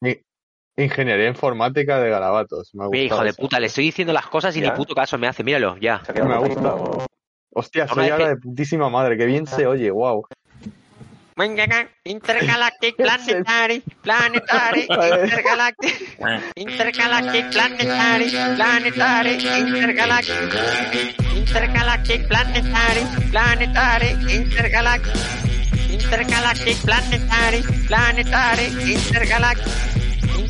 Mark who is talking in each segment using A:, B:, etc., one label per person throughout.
A: I- Ingeniería informática de garabatos. Me ha
B: Mira, hijo
A: gustado
B: de
A: eso.
B: puta, le estoy diciendo las cosas y
C: Ya.
B: ni puto caso me hace, míralo, ya.
C: Se ha quedado
A: Me ha
C: con esto.
A: Hostia,
B: Ahora
A: soy
B: es
A: ahora
B: que-
A: de putísima madre. Qué bien se oye, wow.
D: Intergalactic Planetary, Planetary, Intergalactic, Intergalactic Planetary, Planetary, Intergalactic, Intergalactic Planetary, Planetary, Intergalactic, Intergalactic Planetary, Planetary, Intergalactic,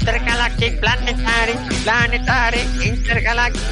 D: Intergalactic Planetary, Planetary, Intergalactic.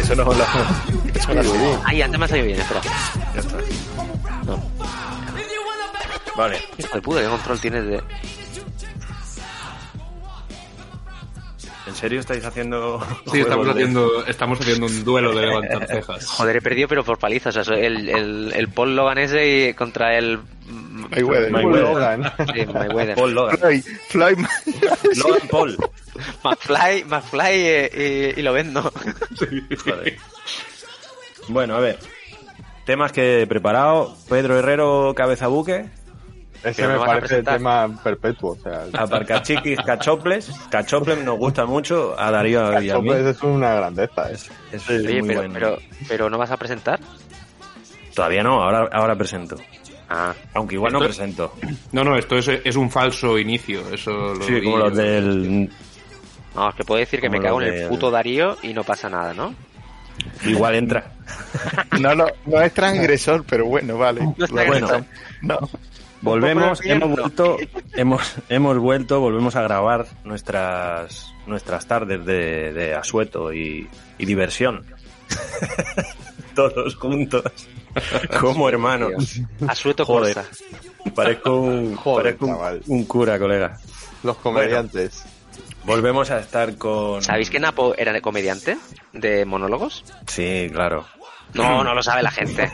C: Eso no es la. Eso no es la-
B: Ay, antes me ha salido bien, espera.
C: Ya está. Vale.
B: Hijo de puta, ¿qué control tienes de...?
C: ¿En serio estáis haciendo.?
E: Sí, estamos
C: juegos de-
E: haciendo, estamos haciendo un duelo de levantar cejas.
B: Joder, he perdido pero por paliza. O sea, soy el, el, el Paul Logan ese y contra el... mm,
F: Mayweather.
C: Mayweather.
A: Logan.
B: sí, Mayweather.
C: Paul Logan.
F: Floyd, Floyd Ma-
C: Logan Paul.
B: McFly, McFly eh, y, y lo vendo.
C: Joder. Bueno, a ver. Temas que he preparado. Pedro Herrero, Cabeza Buque.
A: Ese
B: Pero
A: me
B: lo vas a
A: parece el
B: presentar.
A: tema perpetuo. O sea,
C: Ah, Aparcachiquis, Cachoples. Cachoples nos gusta mucho. A Darío y a mí.
A: Chopper es una grandeza. eh. Es.
C: Eso eso es
B: Oye,
C: muy
B: pero,
C: bueno.
B: pero, pero ¿no vas a presentar?
C: Todavía no, ahora, ahora presento.
B: Ah,
C: Aunque igual no
E: Esto-
C: presento.
E: No, no, esto es, es un falso inicio. Eso lo
C: Sí,
E: vi.
C: como los del.
B: vamos, que puedo decir que me
C: Como
B: cago
C: lo
B: en el
C: de-
B: puto Darío y no pasa nada, ¿no?
C: Igual entra.
F: No, no, no es transgresor, pero bueno, vale.
B: es
F: Lo
C: transgresor.
F: aceptamos. No.
C: Volvemos,
B: Poco de
C: hemos
B: mierda.
C: vuelto, hemos, hemos vuelto, volvemos a grabar nuestras nuestras tardes de, de asueto y, y diversión. Todos juntos, como hermanos.
B: A sueto
C: Joder.
B: cosa.
C: Parezco un,
A: Joder,
C: parezco un-
A: chaval.
C: un cura, colega.
A: Los comediantes.
C: Volvemos a estar con.
B: ¿Sabéis que Napo era comediante de monólogos?
C: Sí, claro.
B: No, no lo sabe la gente.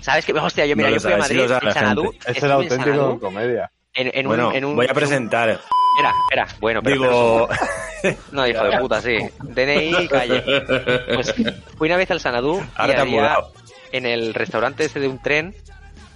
B: ¿Sabes que Hostia, yo mira,
C: No lo
B: yo fui a
C: sabe, sí
B: Madrid,
C: lo sabe
B: en
C: la
B: Sanadú,
C: gente.
A: Es
B: estuve
A: el
B: en
A: auténtico
B: Sanadú,
A: en comedia.
B: en, en un-
C: bueno,
B: en un-
C: voy a presentar.
B: Espera, espera. Bueno, pero,
C: Digo,
B: No, hijo de puta, sí. DNI y calle. Pues fui una vez al Sanadú
C: ahora
B: y
C: te has
B: había
C: mudado.
B: en el restaurante este de un tren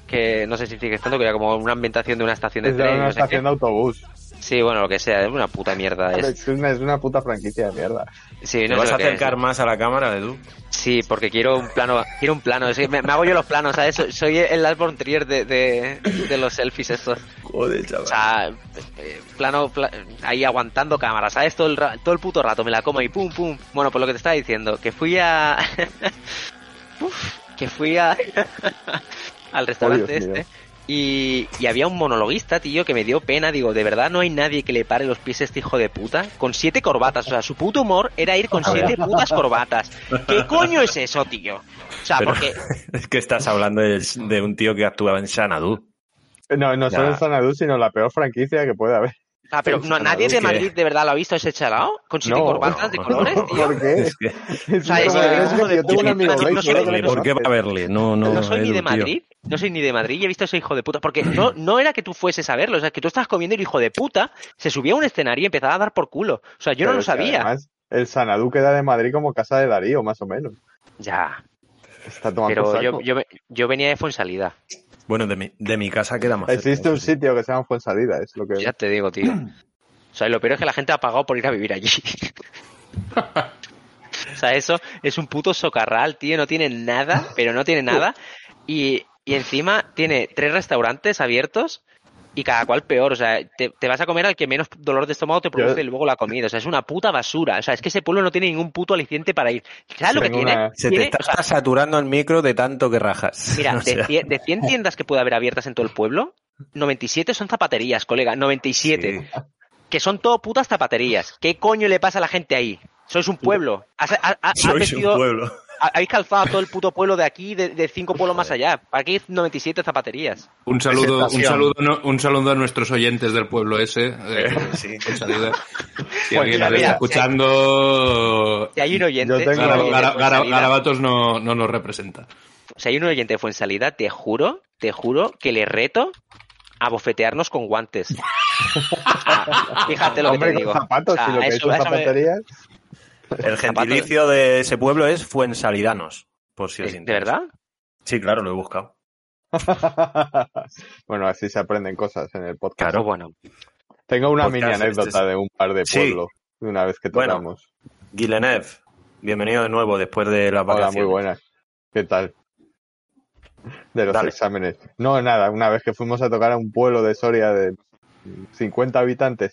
B: que no sé si sigue estando, que era como una ambientación de una estación de
A: Es de
B: tren.
A: una
B: no sé
A: estación de autobús.
B: qué. Sí, bueno, lo que sea, es una puta mierda. Es,
A: Es una, es una puta franquicia de mierda.
B: sí,
C: ¿Te
B: no sé
C: vas a
B: lo que es.
C: acercar más a la cámara, Edu?
B: Sí, porque quiero un plano, quiero un plano, sí, me, me hago yo los planos, ¿sabes? Soy, soy el Albon Trier de, de, de los selfies estos.
C: Joder, chaval.
B: O sea, eh, plano, pla- ahí aguantando cámaras, ¿sabes? Todo el, ra- todo el puto rato me la como y pum, pum. Bueno, pues lo que te estaba diciendo, que fui a... Uf, que fui a... al restaurante
A: Dios mío.
B: este. Y, y había un monologuista, tío, que me dio pena. Digo, ¿de verdad no hay nadie que le pare los pies a este hijo de puta? Con siete corbatas. O sea, su puto humor era ir con siete putas corbatas. ¿Qué coño es eso, tío? O sea,
C: Pero-
B: porque...
C: Es que estás hablando de, de un tío que actuaba en Xanadu.
A: No, no solo
C: Ya.
A: en Sanadú, sino la peor franquicia que puede haber.
B: Ah, pero no, nadie
C: Es
B: de
C: que-
B: Madrid de verdad lo ha visto ese chalao con siete
A: No,
B: corbatas de
C: no,
B: colores,
C: no.
B: tío.
A: ¿Por qué?
C: Es que,
A: Es
B: sea,
A: una- es
B: es-
A: que yo tengo un amigo
B: no-
A: gay,
B: no
A: solo
B: soy-
A: que le
C: ¿Por qué va
A: conoce.
C: a verle? No, no,
B: No, soy ni
C: Edu,
B: de
C: tío.
B: Madrid, no soy ni de Madrid y he visto a ese hijo de puta. Porque no, no era que tú fueses a verlo, o sea, que tú estabas comiendo y el hijo de puta se subía a un escenario y empezaba a dar por culo. O sea, yo no
A: Pero
B: lo
A: es que
B: sabía.
A: Además, el Sanadú queda de Madrid como casa de Darío, más o menos.
B: Ya,
A: Está tomando
B: pero
A: por
B: yo,
A: saco.
B: yo, ve- yo venía de Fonsalida.
C: Bueno, de mi, de mi casa queda más. cerca,
A: Existe un
C: eso sí.
A: sitio que se llama Fuensalida, es lo que...
B: Ya te digo, tío. O sea, lo peor es que la gente ha pagado por ir a vivir allí. o sea, eso es un puto socarral, tío. No tiene nada, pero no tiene nada. Y Y encima tiene tres restaurantes abiertos y cada cual peor. O sea, te, te vas a comer al que menos dolor de estómago te produce
A: Yo-
B: y luego la comida. O sea, es una puta basura. O sea, es que ese pueblo no tiene ningún puto aliciente para ir. ¿Sabes lo que
A: Tengo
B: tiene?
A: una-
C: Se te
B: Tiene-
C: está saturando el micro de tanto que rajas.
B: Mira,
C: O
B: de,
C: sea,
B: 100, de 100 tiendas que puede haber abiertas en todo el pueblo, 97 son zapaterías, colega, 97.
C: sí.
B: Que son todo putas zapaterías. ¿Qué coño le pasa a la gente ahí? Sois un pueblo. Has- ha- ha- has
C: Sois un
B: vestido-
C: pueblo.
B: ha- habéis calzado a todo el puto pueblo de aquí, de, de cinco pueblos más allá. Aquí hay 97 zapaterías.
E: Un saludo, un,
F: Presentación.
E: saludo, no- un saludo a nuestros oyentes del pueblo ese. eh, un saludo. Si
B: Pues
E: alguien
B: mira,
E: nos
B: mira,
E: está escuchando,
B: Si hay un oyente,
A: Yo tengo-
B: si hay un
E: Gara-
B: oyente
E: Gara-
B: de
E: Gara-
B: Fuensalida-
E: Garabatos no, no nos representa.
B: si hay un oyente de Fuensalida, te juro, te juro que le reto a bofetearnos con guantes. Ah, fíjate lo
A: Hombre,
B: que te
A: con
B: digo.
A: zapatos,
B: O sea,
A: si lo que he
B: eso-
A: hecho
B: eso me-
A: zapaterías.
C: El gentilicio de ese pueblo es Fuensalidanos, por si os
B: Eh, ¿De
C: interesa.
B: verdad?
C: Sí, claro, lo he buscado.
A: bueno, así se aprenden cosas en el podcast.
B: Pues bueno.
A: Tengo una
C: Podcast,
A: mini
C: este
A: anécdota
C: es-
A: de un par de
C: Sí.
A: pueblos, de una vez que
C: Bueno,
A: tocamos.
C: Guilenev, bienvenido de nuevo después de la
A: Hola,
C: vacaciones.
A: muy buenas. ¿Qué tal? De los
C: Dale.
A: exámenes. No, nada, una vez que fuimos a tocar a un pueblo de Soria de 50 habitantes,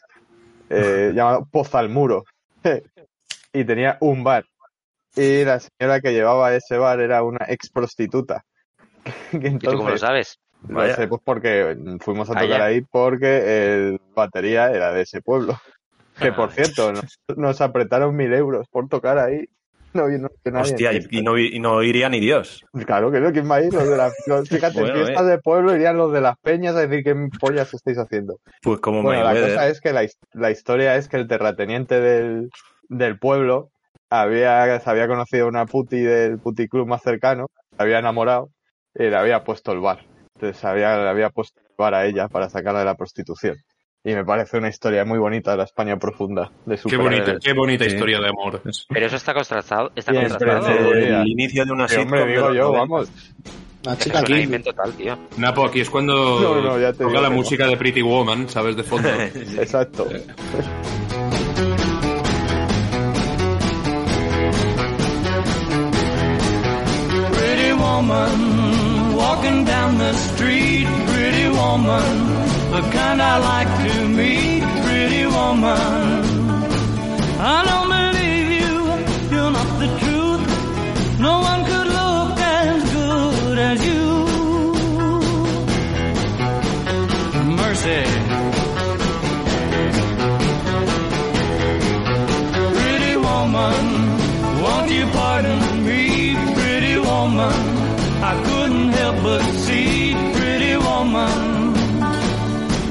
A: eh, llamado Pozalmuro, y tenía un bar. Y la señora que llevaba ese bar era una ex prostituta.
B: ¿Y tú cómo lo sabes?
A: Lo
C: Vaya.
A: sé, pues porque fuimos a
B: Vaya.
A: tocar ahí porque el batería era de ese pueblo. Que por
B: Ah.
A: cierto, nos, nos apretaron mil euros por tocar ahí. No vino nadie.
C: Hostia, y, y no, vi- y no iría ni Dios.
A: Pues Claro que no, ¿quién va a ir? Los de las- los- fíjate,
C: Bueno,
A: fiestas de pueblo irían los de las peñas a decir qué pollas estáis haciendo.
C: Pues como
A: bueno, la
C: Mayweather.
A: cosa es que la, his- la historia es que el terrateniente del, del pueblo había, se había conocido una puti del puticlub más cercano, se había enamorado y le había puesto el bar. Entonces había, le había puesto el bar a ella para sacarla de la prostitución. Y me parece una historia muy bonita de la España profunda. De
E: Qué bonita,
A: superhéroes.
E: qué bonita
C: Sí.
E: historia de amor.
B: Pero eso está contrastado. Está
A: Bien,
B: contrastado.
A: pero-
B: Es
C: El,
A: Mira.
C: inicio de una
A: Sí, hombre,
C: sitcom de
A: digo
C: los
A: yo,
C: 90.
A: vamos.
G: La
B: un
G: chica aquí.
B: alivio total, tío.
E: Napo, aquí es cuando
A: No, no, ya te
E: toca
A: digo
E: la
A: que no.
E: música de Pretty Woman, ¿sabes? De fondo.
A: Exacto.
H: Pretty woman, walking down the street. Pretty woman, the kind I like to meet. Pretty woman, I don't believe you. You're not the truth. No one could look as good as you. Mercy. Pretty woman, won't you pardon me, pretty woman? I couldn't help but see, pretty woman,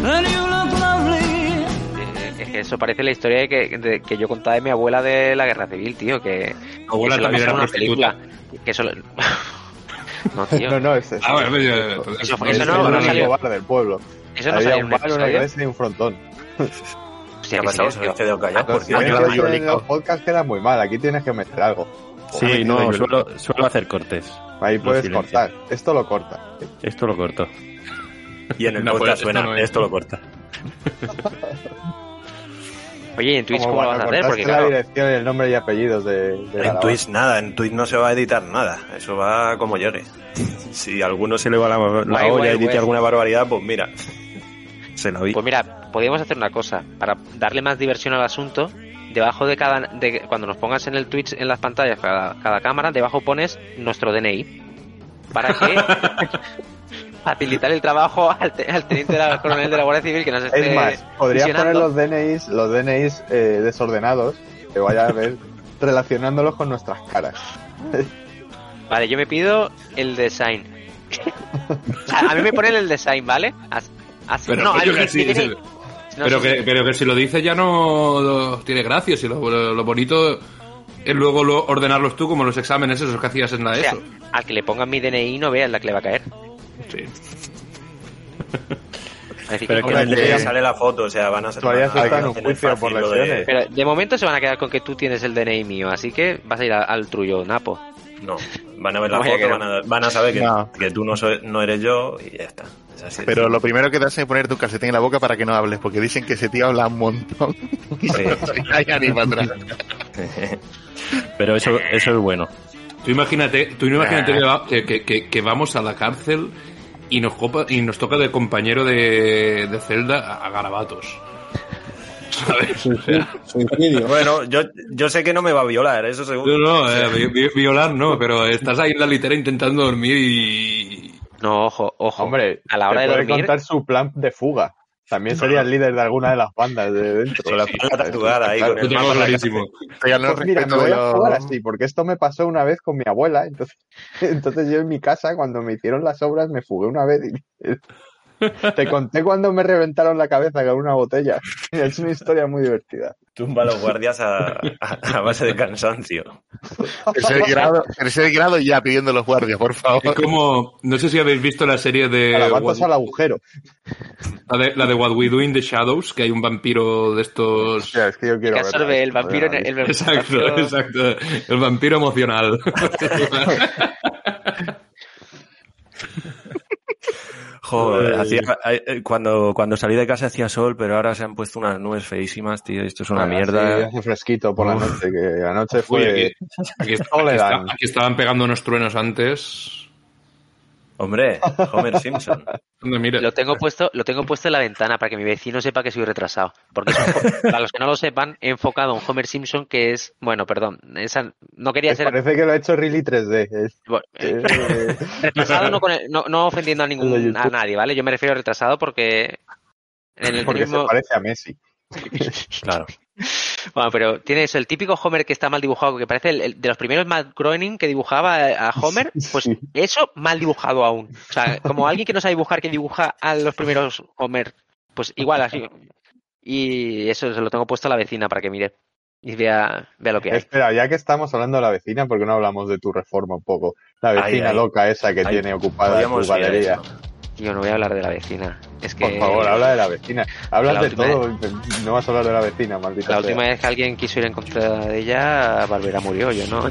H: that you look lovely.
B: Eh, Es que eso parece la historia de que, de- que yo contaba de mi abuela de la guerra civil, tío. Que,
E: Tu abuela
B: que se lo
E: también era
B: pasaron una
E: prostituta.
B: película. Que eso lo- No, tío.
A: No, no, ese.
E: Ah, bueno, pues, eh, pues,
B: Eso fue-
E: pues,
B: eso
A: Ese
B: no-
A: era
B: no
A: el único
B: salió.
A: bar del pueblo.
B: Eso no
A: Había
B: sale en ¿eh?
A: un
B: un
A: bar, una
B: episodio.
A: iglesia y un frontón.
B: Hostia,
C: ¿Qué ha
B: qué
C: pasado? Se
B: silencio.
C: habéis quedado callados,
A: Los
C: porque no
A: silencios
C: queda
A: en
C: nadie.
A: los podcasts queda muy mal. Aquí tienes que meter algo.
C: Sí, no, suelo, suelo hacer cortes.
A: Ahí
C: Los
A: puedes
C: silencios.
A: cortar. Esto lo corta.
C: Esto lo corto. Y en el
E: No, pues,
C: podcast
E: esto
C: suena,
E: no es.
C: esto lo corta.
B: Oye, ¿y en Twitch cómo lo vas a hacer?
A: cortaste
B: Porque
A: la
B: claro,
A: dirección y el nombre y apellidos de, de
C: En
A: Galabat.
C: Twitch nada, en Twitch no se va a editar nada. Eso va como llegue. Si a alguno se le va la, la olla
B: Guay, guay,
C: y dice
B: guay.
C: alguna barbaridad, pues mira. Se la vi.
B: Pues mira, podríamos hacer una cosa. Para darle más diversión al asunto, debajo de cada. de- cuando nos pongas en el Twitch, en las pantallas, cada, cada cámara, debajo pones nuestro DNI. ¿Para qué? Facilitar el trabajo al, te- al teniente de la- coronel de la Guardia Civil que nos esté.
A: Es más, podrías poner
B: visionando.
A: los DNIs, los DNIs eh, desordenados, que vaya a ver, relacionándolos con nuestras caras.
B: Vale, yo me pido el design. O sea, a mí me ponen el design, ¿vale? As- as-
E: Pero,
B: no,
E: coño,
B: al-
E: que
B: mi
E: sí,
B: DNI.
E: sí.
B: No,
E: pero,
B: sí,
E: que,
B: sí.
E: pero que si lo dices ya no lo- tiene gracia. Si lo, lo- lo bonito es luego lo- ordenarlos tú, como los exámenes esos que hacías en la
B: O sea,
E: ESO.
B: al que le pongan mi DNI no veas la que le va a caer.
E: Sí.
B: Es decir,
C: Pero es que en
B: que-
C: el
A: Hombre,
C: DNI ya
A: que-
C: sale la foto, o sea, van a
A: Todavía
C: van a
A: se está en un
C: tener
A: juicio
C: fácil
A: por
C: lo de-
A: lesiones.
B: Pero de momento se van a quedar con que tú tienes el DNI mío, así que vas a ir a- al truyo, Napo.
C: No, van a ver la
B: Vaya que
C: foto,
B: no.
C: van a, van a saber que,
F: No.
C: que tú no, soy- no eres yo y ya está. Es así de
F: Pero lo primero que te hacen es ponerte un calcetín en la boca para que no hables, porque dicen que ese tío habla un montón.
C: Sí.
F: No hay ánimo atrás.
C: Pero eso, eso es bueno.
E: Tú imagínate, tú imagínate
F: Ah.
E: que va- que, que- que- que vamos a la cárcel y nos, copa- y nos toca de compañero de, de celda a, a garabatos. ¿Sabes? O sea,
G: Suicidio.
C: Bueno, yo, yo sé que no me va a violar, eso seguro.
E: no, no, eh, vi- vi- violar no, pero estás ahí en la litera intentando dormir y...
B: No, ojo, ojo.
A: Hombre,
B: a la hora
A: te
B: de
A: puede
B: dormir.
A: contar su plan de fuga. También sería el líder de alguna de las bandas de dentro. de la
C: La tarugada ahí con
E: Lo
C: el
E: tengo
C: mapa de la
E: clarísimo.
F: Te ganó el
A: Pues mira, me
F: respeto
A: voy
F: de
A: a
F: los...
A: jugar así, porque esto me pasó una vez con mi abuela. Entonces, entonces yo en mi casa, cuando me hicieron las obras, me fugué una vez. Y... Te conté cuando me reventaron la cabeza con una botella. Es una historia muy divertida.
C: tumba a los guardias a, a- a base de cansancio.
F: Tercer grado, tercer grado ya pidiendo los guardias, por favor.
E: Es como... No sé si habéis visto la serie de...
A: Calabazas
E: What-
A: al agujero.
E: la, de la de What We Do in the Shadows, que hay un vampiro de estos...
A: Hostia, es que yo quiero
B: que
A: verla,
B: absorbe el
A: esto,
B: vampiro en
A: joder,
B: el, el
E: Exacto,
B: vampiro-
E: exacto. El vampiro emocional.
C: Joder, hacía- eh, cuando, cuando salí de casa hacía sol, pero ahora se han puesto unas nubes feísimas, tío. Esto es una
A: Ahora Ah, sí,
C: mierda.
A: hace fresquito por la noche, que anoche
E: Uy,
C: Pues,
E: aquí,
A: fue...
E: aquí está-
A: No le
E: aquí está-
A: dan.
E: aquí estaban pegando unos truenos antes.
C: Hombre, Homer Simpson.
E: Anda, mira.
B: Lo tengo puesto, lo tengo puesto en la ventana para que mi vecino sepa que soy retrasado. Porque es- para los que no lo sepan, he enfocado a un Homer Simpson que es, bueno, perdón, esa no quería
A: Pues
B: ser
A: Parece que lo ha hecho Really 3D. es-
B: bueno, eh,
A: eh,
B: retrasado no, con el- no, no ofendiendo a
A: Lo de
B: ningún
A: YouTube.
B: a nadie, ¿vale? Yo me refiero a retrasado porque en el
A: porque se
B: mismo
A: parece a Messi.
C: Claro.
B: bueno, pero tienes el típico Homer que está mal dibujado, que parece el, el- de los primeros Matt Groening que dibujaba a Homer, pues
A: Sí.
B: eso mal dibujado aún. O sea, como alguien que no sabe dibujar, que dibuja a los primeros Homer, pues igual así. Y eso se lo tengo puesto a la vecina para que mire y vea, vea lo que hay.
A: Espera, ya que estamos hablando de la vecina, ¿por qué no hablamos de tu reforma un poco? La
C: Ay,
A: vecina
C: ay.
A: loca esa que
C: Ay,
A: tiene ocupada tu
C: podíamos ir a
A: galería.
C: eso.
B: Tío, no voy a hablar de la vecina. Es que
A: Por favor, habla de la vecina. Hablas
B: La
A: de
B: última
A: todo, no vas a hablar de la vecina, maldita
B: la
A: sea.
B: última vez que alguien quiso ir en contra de ella, Valvera murió, yo no.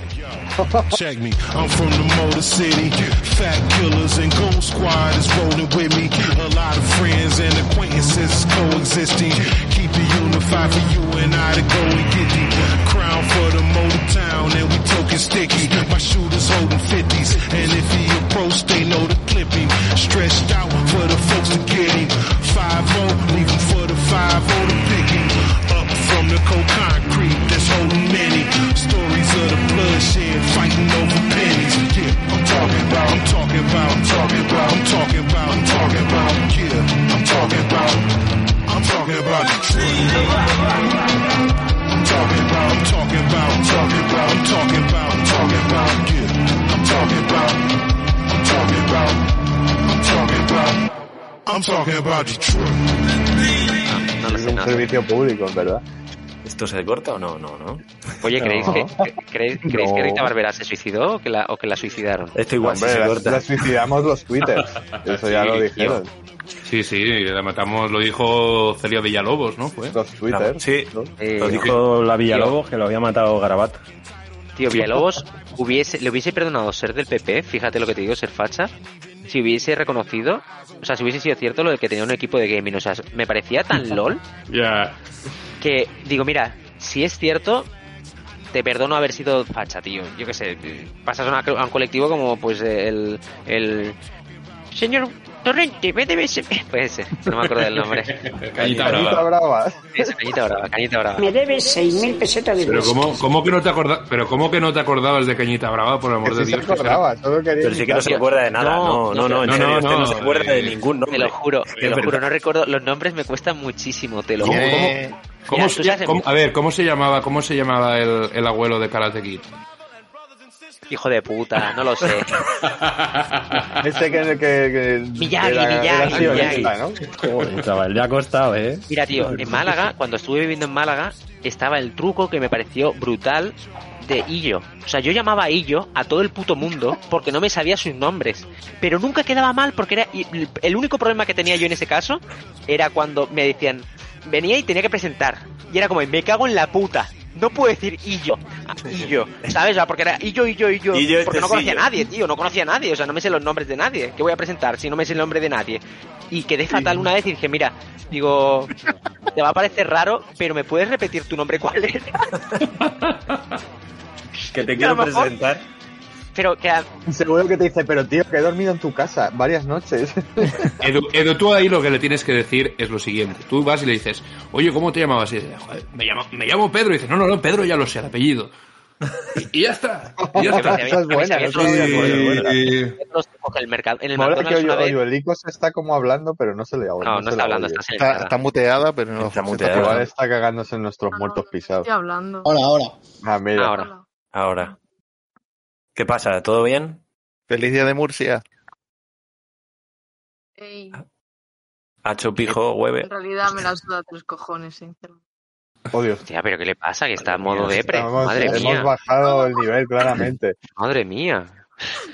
I: Check me, I'm from the Motor City. Fat killers and goon squad is rolling with me. A lot of friends and acquaintances coexisting. Keep it unified for you and I to go and get the crown for the motor town. And we token sticky. My shooters holding 50s. And if he approach, they know the clipping. Stretched out for the folks to get him. 5 leave him for the 5 to pick him. Up from the cold concrete that's holding many stories of the bloodshed, fighting over pennies. Yeah, I'm talking about, I'm talking about, I'm talking about, I'm talking about, I'm talking about, yeah, I'm talking about, I'm talking about the truth. I'm talking about, I'm talking about, I'm talking about, I'm talking about, I'm talking about, yeah, I'm talking about, I'm talking about, I'm talking about, I'm talking about the truth.
B: No lo
A: Es
B: sé,
A: un
B: no lo sé.
A: servicio público, en verdad.
C: ¿Esto se corta o no? No, no.
B: Oye, ¿creéis, que, cre- creéis, creéis
A: No.
B: que
A: Eh,
B: Rita Barbera se suicidó o que la, o que la suicidaron?
C: Esto igual sí
A: Hombre,
C: se
A: las,
C: corta.
A: las suicidamos los Twitter. Eso ya
E: Sí,
A: lo dijeron.
E: Sí, sí, la matamos, lo dijo Celia Villalobos, ¿no? Fue.
A: Los Twitter.
C: Sí,
A: ¿no?
B: Eh,
C: lo dijo la Villalobos que lo había matado Garabato.
B: Tío, Villalobos hubiese, le hubiese perdonado ser del PP, fíjate lo que te digo, ser facha, si hubiese reconocido, o sea, si hubiese sido cierto lo de que tenía un equipo de gaming, o sea, me parecía tan lol
E: Ya.
B: que digo, mira, si es cierto, te perdono haber sido facha, tío. Yo qué sé, te- pasas a, una co- a un colectivo como pues el... el... Señor Torrente, vete, vete. Pues ese, no me acuerdo del nombre.
E: Cañita
A: Cañita
E: brava.
A: brava.
B: Ese, Cañita Brava, Cañita Brava.
J: Me debes 6.000 pesetas de
E: Pero ¿cómo, cómo que no te acorda- pero cómo que no te acordabas de Cañita Brava, por el
A: Que
E: amor de
A: sí se
E: Dios. que será-
A: acordaba, solo quería
C: Pero sí que no se
B: Tío,
C: acuerda de nada.
B: no,
C: No, no, no, en
E: no,
C: serio.
E: no,
C: Este no
E: no,
C: se acuerda de
E: eh,
C: ningún nombre.
B: Te lo juro, te lo
C: verdad.
B: juro, no recuerdo, los nombres me cuestan muchísimo, te lo juro.
F: Tiene-
E: ¿Cómo
B: Mira,
E: se-
B: tú sabes el-
E: cómo- a ver, ¿cómo se llamaba, cómo se llamaba el, el abuelo de Karate Kid?
B: Hijo de puta, no lo sé.
A: Ese Este que, que, que
B: Miyagi,
A: era- era
B: Miyagi,
A: sionista, ¿no?
G: Joder, chaval, le ha costado, ¿eh?
B: Mira, tío, en Málaga, cuando estuve viviendo en Málaga, estaba el truco que me pareció brutal de Illo. O sea, yo llamaba a Illo a todo el puto mundo porque no me sabía sus nombres. Pero nunca quedaba mal porque era y el único problema que tenía yo en ese caso era cuando me decían, venía y tenía que presentar. Y era como, me cago en la puta. No puedo decir Illo, a- Illo, ¿sabes? O sea, porque era Illo, Illo, Illo.
C: Illo es
B: Porque no
C: de
B: conocía a
C: Sillo.
B: nadie, tío, no conocía a nadie. O sea, no me sé los nombres de nadie. ¿Qué voy a presentar si no me sé el nombre de nadie? Y quedé fatal una vez y dije, mira, digo, te va a parecer raro, pero ¿me puedes repetir tu nombre cuál es?
C: Que te
B: a
C: quiero
B: lo mejor-
C: presentar.
B: Pero que a-
A: Seguro que te dice, pero tío, que he dormido en tu casa varias noches.
E: Edu, Edu, tú ahí lo que le tienes que decir es lo siguiente. Tú vas y le dices, oye, ¿cómo te llamabas? Y dice, "Joder, me llamo, me llamo Pedro. Y dice, no, no, no, Pedro ya lo sé, el apellido. Y, y ya está. y ya
B: Esa
E: está.
B: es buena,
A: esa es buena.
B: otros que coge el mercado. En el
A: Mola que
B: McDonald's una vez-
A: Oyuelico se está como hablando, pero no se le oye.
B: No, no
A: se
B: está
A: le
B: hablando,
A: oye.
B: está
F: Está,
B: sentada.
F: está muteada, pero no
C: Está
F: se
C: muteada.
F: pegando.
A: Igual está cagándose en nuestros muertos pisados.
J: Estoy hablando.
K: Ahora, ahora.
A: Ah, mira.
B: Ahora.
C: Ahora. ¿Qué pasa? ¿Todo bien?
F: Feliz día de Murcia.
J: Ey,
C: Hacho, pijo, hueve.
J: en realidad me la suda tres cojones, sinceramente.
A: Oh, Dios.
B: Hostia, pero ¿qué le pasa? Que está en modo
C: mía,
B: depre.
A: Hemos,
B: Madre
A: hemos
B: mía.
A: bajado el nivel claramente.
B: Madre mía.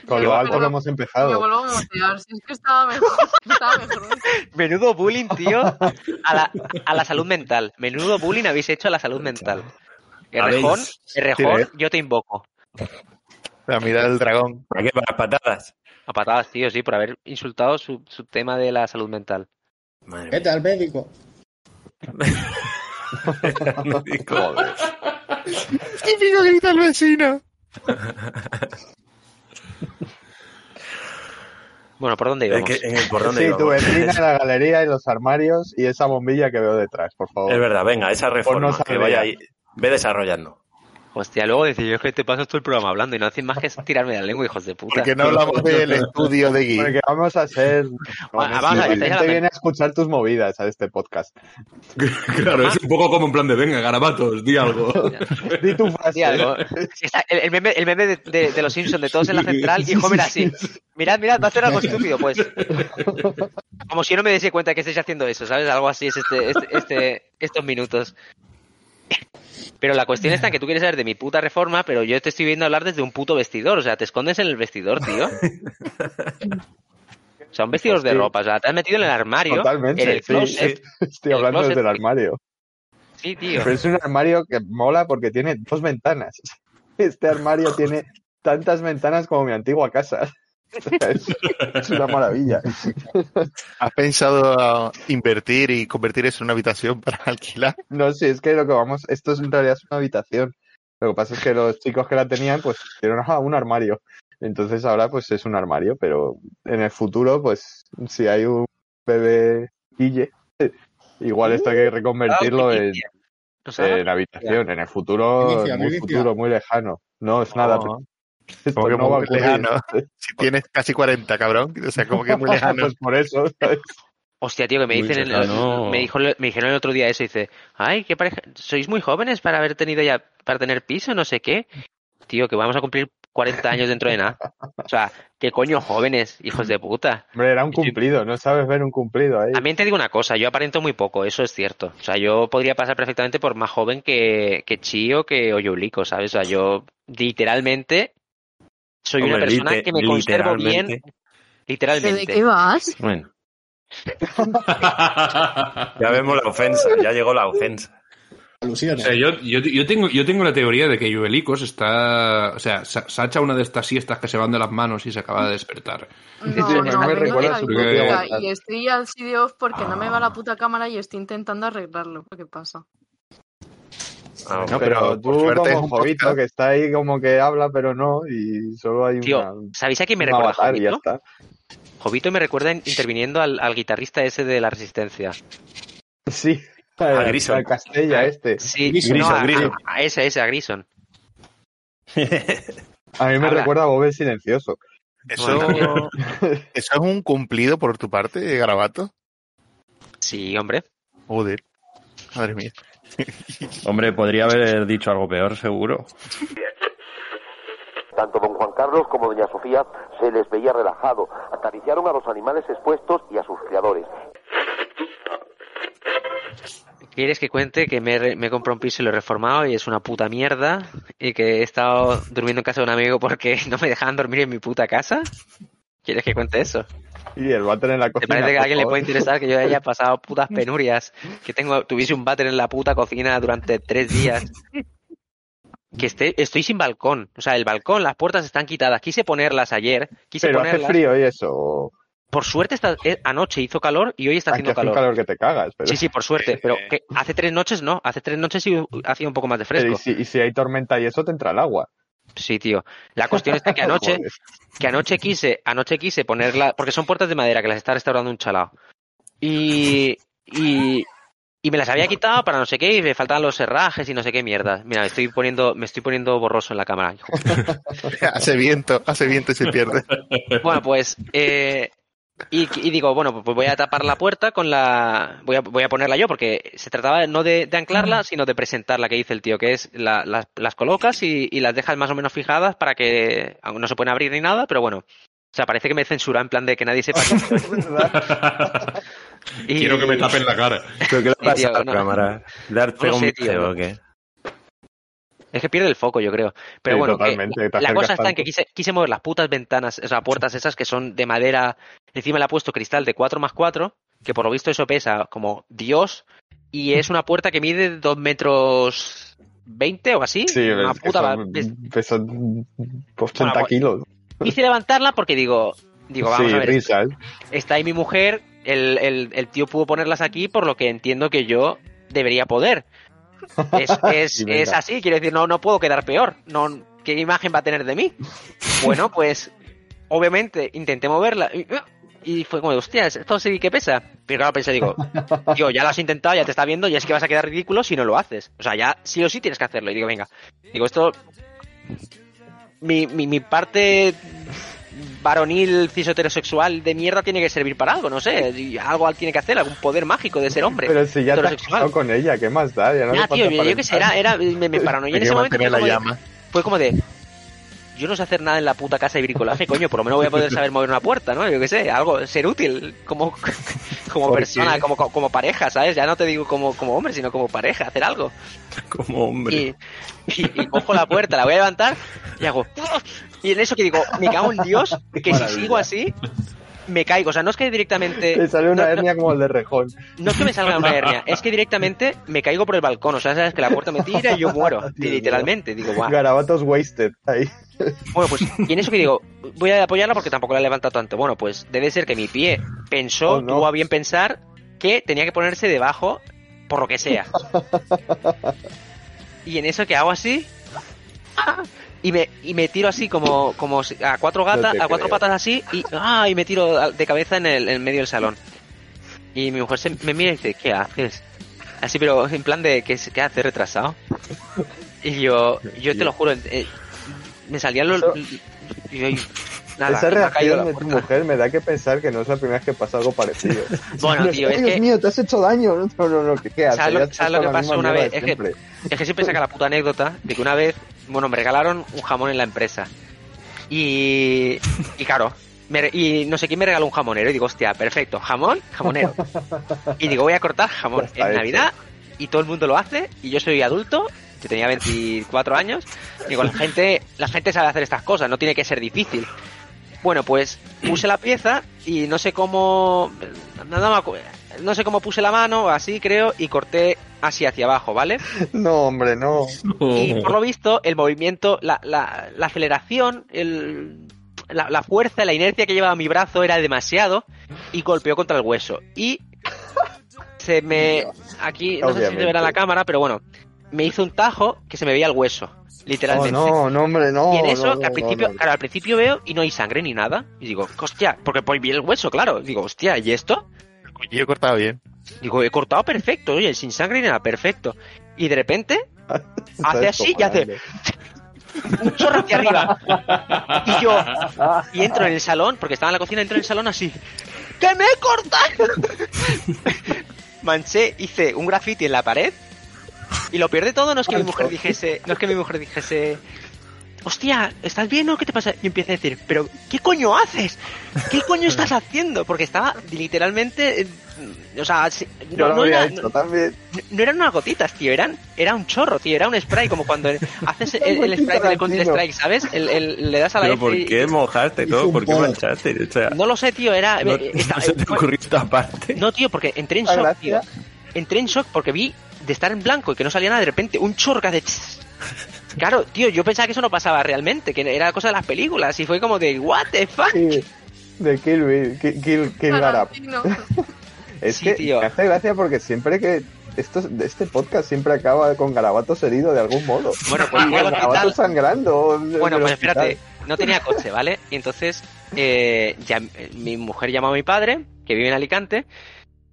A: Con lo
J: Yo-
A: alto que hemos
J: Me
A: empezado.
J: vuelvo a mutear, si es que estaba mejor. Estaba mejor.
B: Menudo bullying, tío. A la, a la salud mental. Menudo bullying habéis hecho a la salud mental. Errejón,
C: Habéis-
B: Errejón,
F: Tira,
B: yo te invoco.
F: La mirada del dragón.
C: ¿Para qué? ¿Para las patadas?
B: A patadas, tío, sí, por haber insultado su, su tema de la salud mental.
C: Madre
K: Vete al médico.
C: mía.
A: Joder.
F: Típico grita al vecino.
B: Bueno, ¿por dónde
C: ¿En
B: íbamos?
C: qué- en el- ¿Por dónde
A: Sí, tu
C: íbamos?
A: vecina, la galería y los armarios y esa bombilla que veo detrás, por favor.
C: Es verdad, venga, esa reforma
A: Ponnos
C: que
A: al
C: vaya
A: día.
C: ahí. Ve desarrollando.
B: Hostia, luego decís, yo es que te paso todo el programa hablando y no haces más que tirarme la lengua, hijos de puta.
F: Porque no hablamos del estudio de Gui.
A: Porque vamos a ser.
B: Bueno, vamos a
A: la
B: ver,
A: gente
B: déjame.
A: viene a escuchar tus movidas a este podcast.
E: Claro, es un poco como en plan de, venga, garabatos, di algo.
A: Di tu frase.
B: Hostia, algo. Está el, el meme, el meme de, de- de los Simpsons de todos en la central y Homer así. Mirad, mirad, va a hacer algo estúpido, pues. Como si yo no me diese cuenta que estáis haciendo eso, ¿sabes? Algo así es este, este, este- estos minutos. Pero la cuestión está en que tú quieres saber de mi puta reforma, pero yo te estoy viendo hablar desde un puto vestidor. O sea, te escondes en el vestidor, tío. Son vestidores de
A: Hostia.
B: ropa. O sea, te has metido en el armario,
A: Totalmente.
B: en el
A: sí,
B: closet.
A: sí. Estoy
B: el
A: hablando
B: closet.
A: desde el armario.
B: Sí, tío.
A: Pero es un armario que mola porque tiene dos ventanas. Este armario tiene tantas ventanas como mi antigua casa. O sea, Es, es una maravilla.
F: ¿Has pensado a invertir y convertir eso en una habitación para alquilar?
A: No, sí, es que lo que vamos, esto es en realidad es una habitación. Lo que pasa es que los chicos que la tenían, pues hicieron ah, un armario. Entonces ahora pues es un armario, pero en el futuro, pues, si hay un bebé Guille, igual esto hay
B: Ah,
A: que reconvertirlo en,
B: O sea,
A: en habitación. En el futuro,
K: Inicia,
A: muy
K: inicia.
A: futuro, muy lejano. No, es nada.
B: Oh.
F: No.
A: Esto
F: Como que
A: no va a
F: muy
A: ocurrir.
F: lejano. Si tienes casi 40, cabrón. O sea, como que muy lejano.
A: Pues por eso, ¿sabes?
B: Hostia, tío, que me
G: Muy
B: dicen, en-
G: cercano.
B: me, dijo, me dijeron el otro día eso, dice, ay, qué pareja, sois muy jóvenes para haber tenido ya, para tener piso, no sé qué. Tío, que vamos a cumplir 40 años dentro de nada. O sea, qué coño jóvenes, hijos de puta.
A: Hombre, era un
B: Sí.
A: cumplido, no sabes ver un cumplido ahí.
B: También te digo una cosa, yo aparento muy poco, eso es cierto. O sea, yo podría pasar perfectamente por más joven que, que Chi o que Oyulico, ¿sabes? O sea, yo literalmente soy una
C: Hombre,
B: persona
C: lite-
B: que me conservo bien,
C: literalmente.
B: literalmente.
J: ¿De qué vas?
C: Bueno, ya vemos la ofensa, ya llegó la ofensa.
E: O
K: Alusiones.
E: sea, yo, yo, yo tengo, yo tengo la teoría de que Yuelicos está. O sea, se, se ha echado una de estas siestas que se van de las manos y se acaba de despertar.
J: No,
A: Sí,
J: no,
A: me
J: no, me
A: recuerda
J: la
A: su
E: propia
J: biblioteca
A: voluntad.
J: y estoy así de off porque no me va la puta cámara y estoy intentando arreglarlo. ¿Qué pasa?
C: Ah,
F: No,
A: pero,
F: pero por
A: tú
F: suerte es
A: como
F: un
A: Jovito,
F: podcast.
A: que está ahí como que habla, pero no, y solo hay
B: Tío,
A: una,
B: ¿sabéis a quién me
A: un
B: recuerda
A: avatar y ya
B: Jovito?
A: está.
B: Jovito me recuerda in- interviniendo al, al guitarrista ese de la Resistencia.
A: Sí,
C: A
A: a
C: Grison.
B: Eh,
A: Castella este.
B: Sí,
K: Grison,
B: no, a,
C: Grison.
B: a- a ese, ese, a Grison.
A: A mí me
B: Habla.
A: recuerda a Bob el Silencioso.
F: Eso, eso es un cumplido por tu parte, Garabato.
B: Sí, hombre.
F: Joder. Madre mía.
C: Hombre, podría haber dicho algo peor, seguro.
L: Tanto don Juan Carlos como doña Sofía se les veía relajado. Acariciaron a los animales expuestos y a sus criadores.
B: ¿Quieres que cuente que me, he comprado un piso y lo he reformado y es una puta mierda? Y que he estado durmiendo en casa de un amigo porque no me dejaban dormir en mi puta casa. ¿Quieres que cuente eso?
A: Y el váter en la
B: ¿Te
A: cocina.
B: parece que a
A: por
B: alguien le
A: favor.
B: puede interesar que yo haya pasado putas penurias? Que tengo, tuviese un váter en la puta cocina durante tres días. Que esté, estoy sin balcón. O sea, el balcón, las puertas están quitadas. Quise ponerlas ayer. Quise
A: Pero hace
B: ponerlas.
A: frío y eso.
B: Por suerte, esta, eh, anoche hizo calor y hoy está
A: Aquí
B: haciendo
A: hace un
B: calor.
A: calor que te cagas. Pero,
B: Sí, sí, por suerte.
F: Eh,
B: Pero
F: eh.
B: que hace tres noches no. Hace tres noches sí hu- hacía un poco más de
A: pero
B: fresco.
A: y, si, y si hay tormenta y eso, te entra el agua.
B: Sí, tío. La cuestión está que anoche, que anoche quise, anoche quise ponerla, porque son puertas de madera que las está restaurando un chalao. Y, y, y me las había quitado para no sé qué y me faltaban los herrajes y no sé qué mierda. Mira, me estoy poniendo, me estoy poniendo borroso en la cámara. hijo.
F: hace viento, hace viento y se pierde.
B: Bueno, pues eh, y, y digo, bueno, pues voy a tapar la puerta con la. Voy a, voy a ponerla yo, porque se trataba no de, de anclarla, sino de presentarla, que dice el tío, que es la- las, las colocas y, y las dejas más o menos fijadas para que. aunque No se pueden abrir ni nada, pero bueno. O sea, parece que me censura en plan de que nadie sepa. que- Y-
E: Quiero que me tapen la cara.
C: ¿Pero qué le
B: Sí,
C: pasa
B: tío,
C: a la
B: no.
C: cámara? ¿Dar
B: No
C: pega
B: lo
C: un
B: sé, tío,
C: pego
B: no.
C: o qué?
B: Es que pierde el foco, yo creo. Pero
C: Sí,
B: bueno, que
C: totalmente,
B: la,
C: te
B: la cosa
C: acercas
B: está en que
C: tanto.
B: quise, quise mover las putas ventanas, esas puertas esas que son de madera. Encima le ha puesto cristal de 4 más 4, que por lo visto eso pesa como Dios. Y es una puerta que mide 2 metros 20 o así.
A: Sí,
B: una
A: es que
B: puta.
A: son-
B: es-
A: pesan 80
B: Bueno, pues,
A: kilos.
B: Quise levantarla porque digo, digo, vamos
A: sí, ¿eh?
B: a ver.
A: risas.
B: Está ahí mi mujer, el, el, el tío pudo ponerlas aquí, por lo que entiendo que yo debería poder. Es, es,
A: Y venga.
B: es así, quiero decir, no, no puedo quedar peor. No, ¿Qué imagen va a tener de mí? Bueno, pues obviamente intenté moverla y, y fue como, hostia, esto sí que pesa. Pero claro, pensé, digo, tío, ya lo has intentado, ya te está viendo y es que vas a quedar ridículo si no lo haces. O sea, ya sí o sí tienes que hacerlo. Y digo, venga, digo, esto... Mi, mi, mi parte varonil cisoterosexual de mierda tiene que servir para algo, no sé. y Algo tiene que hacer, algún poder mágico de ser hombre.
A: Pero si ya te has
B: heterosexual.
A: casado con ella, ¿qué más da? Ya no
B: Ya,
A: hace
B: tío,
A: falta
B: yo, yo qué sé, era, eh, era, me, me paranoia en
F: Hay que
B: ese momento.
F: mantener
B: Fue
F: la
B: como, de,
F: llama.
B: fue como de, yo no sé hacer nada en la puta casa de bricolaje, coño, por lo menos voy a poder saber mover una puerta, ¿no? Yo qué sé, algo, ser útil como, como
C: ¿Por
B: persona,
C: qué?
B: como, como pareja, ¿sabes? Ya no te digo como, como hombre, sino como pareja, hacer algo.
C: Como hombre.
B: Y, y- y cojo la puerta, la voy a levantar y hago. Y en eso que digo, me cago en Dios, que si
A: Maravilla.
B: sigo así, me caigo. O sea, no es que directamente.
A: Te sale una
B: no- no-
A: hernia como el de Rejón.
B: no es que me salga una hernia, es que directamente me caigo por el balcón. O sea, sabes que la puerta me tira y yo muero.
A: Dios mío.
B: literalmente. Digo, guau.
A: Garabatos wasted. Ahí.
B: Bueno, pues, y en eso que digo, voy a apoyarla porque tampoco la he levantado tanto. Bueno, pues debe ser que mi pie pensó,
A: Oh, no.
B: tuvo a bien pensar, que tenía que ponerse debajo, por lo que sea. Y en eso que hago así. ¡ah! Y me, y me tiro así como, como si- a cuatro gatas,
A: No te
B: a cuatro
A: creo.
B: patas así, y, ¡ah! y me tiro al- de cabeza en el en medio del salón. Y mi mujer se, me mira y dice, ¿qué haces? Así, pero en plan de, ¿qué, qué haces retrasado? Y yo, yo te lo juro, eh, me salían los... y yo- y- nada,
A: Esa
B: y me ha caído la
A: reacción de tu
B: puerta.
A: mujer me da que pensar que no es la primera vez que pasa algo parecido.
B: Bueno,
A: No,
B: tío, es
A: Dios
B: que-
A: mío, te has hecho daño. No, no, no, no, ¿qué, qué haces?
B: ¿Sabes
A: Ya
B: lo,
A: estás
B: sabes lo
A: con
B: que
A: la misma
B: pasó una
A: mierda
B: vez?
A: de
B: Es que,
A: siempre.
B: es que siempre saca la puta anécdota de que una vez, bueno, me regalaron un jamón en la empresa. Y, y claro, me re- y no sé quién me regaló un jamonero. Y digo, hostia, perfecto, jamón, jamonero. Y digo, voy a cortar jamón
A: Ya está
B: en
A: hecho.
B: Navidad. Y todo el mundo lo hace. Y yo soy adulto, yo tenía 24 años. Digo, la gente, la gente sabe hacer estas cosas, no tiene que ser difícil. Bueno, pues puse la pieza y no sé cómo. No, no me acu- no sé cómo puse la mano, así creo, y corté así hacia abajo, ¿vale?
A: No, hombre, no.
B: Y
A: Oh.
B: por lo visto, el movimiento, la, la- la aceleración, el- la, la fuerza, la inercia que llevaba mi brazo era demasiado y golpeó contra el hueso. Y se me. Aquí, no sé si se
A: Obviamente.
B: verá en la cámara, pero bueno, me hizo un tajo que se me veía el hueso,
A: Oh,
B: literalmente.
A: no, no, hombre, no. Oh,
B: Y en eso,
A: no,
B: que
A: no,
B: al
A: no,
B: principio,
A: no.
B: claro, al principio veo y no hay sangre ni nada. Y digo, hostia, porque pues vi el hueso, claro. Digo, hostia, ¿y esto?
F: Yo he cortado bien.
B: Digo, he cortado perfecto, oye, sin sangre ni nada, perfecto. Y de repente, hace
A: Estás
B: así y hace
A: cojonando.
B: un chorro hacia arriba. Y yo, y entro en el salón, porque estaba en la cocina, entro en el salón así. ¡Que me he cortado! Manché, hice un graffiti en la pared. Y lo peor de todo no es que mi mujer dijese, no es que mi mujer dijese, hostia, ¿estás bien o qué te pasa? Y empieza a decir, pero ¿qué coño haces? ¿Qué coño estás haciendo? Porque estaba literalmente, eh, o sea, si-
A: Yo lo
B: era-
A: habría hecho también.
B: no eran unas gotitas, tío, eran, era un chorro, tío, era un spray, como cuando el- haces el, el
A: Buen
B: spray del
A: Tarantino.
B: Counter Strike, ¿sabes? El, el- le das a la
C: ¿Pero
B: F
C: por
B: y-
C: qué mojaste
G: hizo
C: todo?
G: un
C: ¿Por qué
G: polo.
C: manchaste? O sea,
B: No lo sé, tío, era...
C: no,
B: eh, esta-
C: no se te
B: fue-
C: ocurrió esta parte.
B: no, tío, porque entré en
A: La
B: shock, tío.
A: gracia.
B: Entré en shock porque vi de estar en blanco y que no salía nada, de repente un chorca de... tss. Claro, tío, yo pensaba que eso no pasaba realmente, que era cosa de las películas, y fue como de, what the fuck?
A: Sí, De Kill Bill, Ki- Kill, Kill Garap.
J: Tarantino.
A: Es
B: Sí,
A: que
B: tío.
A: me hace gracia porque siempre que esto, este podcast siempre acaba con garabatos heridos de algún modo.
B: Bueno, pues voy al hospital.
A: garabatos sangrando. en
B: Bueno,
A: el
B: pues
A: hospital.
B: espérate, no tenía coche, ¿vale? Y entonces eh, ya, eh, mi mujer llamó a mi padre, que vive en Alicante.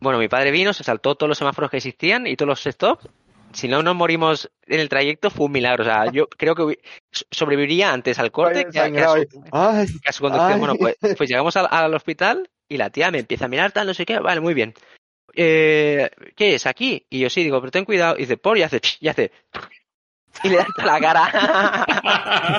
B: Bueno, mi padre vino, se saltó todos los semáforos que existían y todos los stops. Si no nos morimos en el trayecto fue un milagro. O sea, yo creo que hubi- so- sobreviviría antes al corte que, a- que a
A: Sangrado
B: su,
A: y- Ay,
B: que a su conducción.
A: ay.
B: Bueno, pues, pues llegamos al, al hospital y la tía me empieza a mirar tal, no sé qué. Vale, muy bien. Eh, ¿Qué es aquí? Y yo sí, digo, pero ten cuidado. Y dice, por, y hace, y hace. Y le da hasta la cara.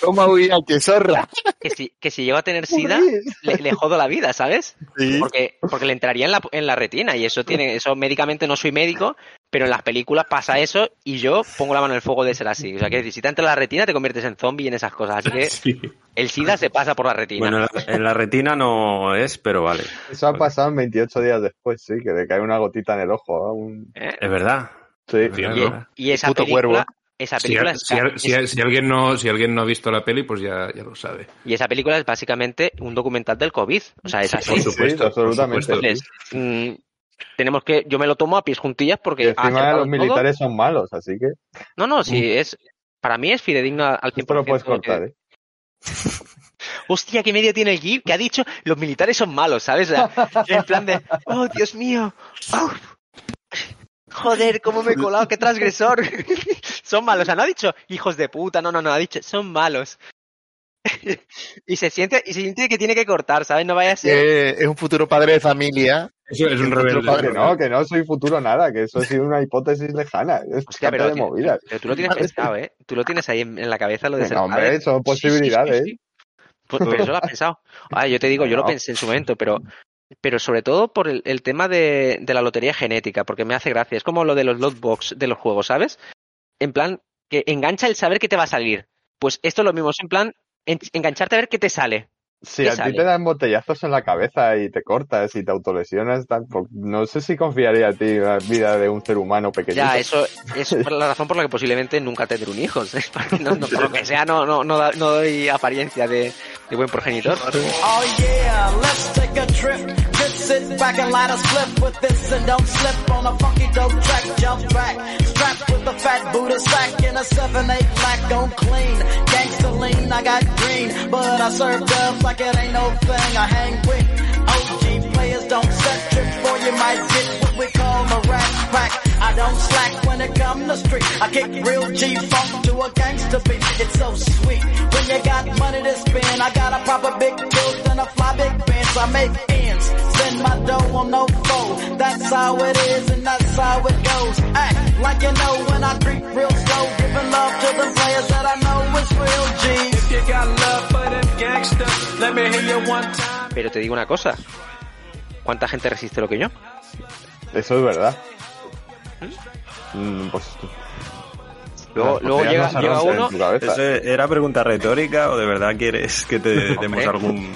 F: Toma huida, que zorra.
B: que si, que si llego a tener sida, le, le jodo la vida, ¿sabes? Porque, porque le entraría en la, en la retina y eso tiene, eso médicamente no soy médico, pero en las películas pasa eso y yo pongo la mano en el fuego de ser así. O sea, que si te entra la retina te conviertes en zombie y en esas cosas. Así que el sida se pasa por la retina.
C: Bueno, en la, en la retina no es, pero vale.
A: Eso ha pasado 28 días después, sí, que le cae una gotita en el ojo. ¿eh? Un-
B: ¿eh?
C: Es verdad.
A: Sí.
E: Entiendo.
B: Y esa
F: Puto cuervo.
B: película, esa
E: Si,
B: película es-
E: si- si- si alguien no, si alguien no ha visto la peli, pues ya, ya lo sabe.
B: y esa película es básicamente un documental del COVID. O sea, es así.
E: Por supuesto,
A: Sí, absolutamente.
E: por supuesto.
B: Entonces, mm, tenemos que, yo me lo tomo a pies juntillas
A: Y
B: porque ha
A: encima
B: acertado
A: los
B: todo.
A: militares son malos, así que
B: No, no, sí, es. Para mí es fidedigno al 100%.
A: Mm. esto lo puedes
B: porque-
A: cortar, ¿eh?
B: Hostia, qué medio tiene el GIF que ha dicho los militares son malos, ¿sabes? O sea, en plan de, oh, Dios mío. ¡Au! Joder, cómo me he colado, qué transgresor. son malos, o sea, no ha dicho hijos de puta, no, no, no, ha dicho son malos. y se siente y se siente que tiene que cortar, ¿sabes? No vaya a ser.
F: Eh, es un futuro padre de familia.
E: Eso es un
F: Otro
E: rebelde.
F: padre,
A: Que no, que no soy futuro nada, que eso ha sido una hipótesis lejana. Es
B: Hostia, pero,
A: trata de
B: lo ti-
A: movidas.
B: pero tú lo tienes pensado, ¿eh? Tú lo tienes ahí en, en la cabeza lo de ser
A: Venga, hombre,
B: padre.
A: son
B: Sí, sí, sí, sí,
A: posibilidades.
B: sí. Pues, pero eso lo has pensado. Ah, yo te digo, yo lo
A: No.
B: pensé en su momento, pero, pero sobre todo por el, el tema de, de la lotería genética, porque me hace gracia. Es como lo de los lootbox de los juegos, ¿sabes? En plan, que engancha el saber que te va a salir. Pues esto es lo mismo, es en plan, en- engancharte a ver qué te sale.
A: Si
B: ¿Qué
A: a ti
B: sale?
A: te dan botellazos en la cabeza y te cortas y te autolesionas, tampoco, no sé si confiaría a ti en la vida de un ser humano pequeño.
B: Ya, eso, eso es la razón por la que posiblemente nunca tendré un hijo. ¿sí? Porque no, no, por lo que sea, no, no, no, da- no doy apariencia de, de buen progenitor.
H: Oh yeah, let's take a trip. Just sit back and light a slip with this and don't slip on a funky dope track. Jump back, strapped with a fat Buddha sack and a seven eight black on clean. Gangsta lean, I got green, but I serve dubs like it ain't no thing. I hang with OG players, don't set trips for you might get what we call a rat pack. I don't slack when it come to street. I kick real G funk to a gangsta beat. It's so sweet when you got money to spend. I got a proper big tilt and a fly big bench. I make ends, send my dough on no foe. That's how it is and that's how it goes. Act like you know when I creep real slow, giving love to the players that I know is real G. If you got love for them gangsters, let me hear you one time.
B: Pero te digo una cosa. ¿Cuánta gente resiste lo que yo?
A: Eso es verdad. Mm, pues,
B: Luego,
A: las
B: luego
A: botellas
B: llega,
A: no se
B: llega
A: rompen
B: uno.
A: en tu cabeza.
C: ¿Eso ¿Era pregunta retórica o de verdad quieres que te demos
B: Hombre.
C: algún...?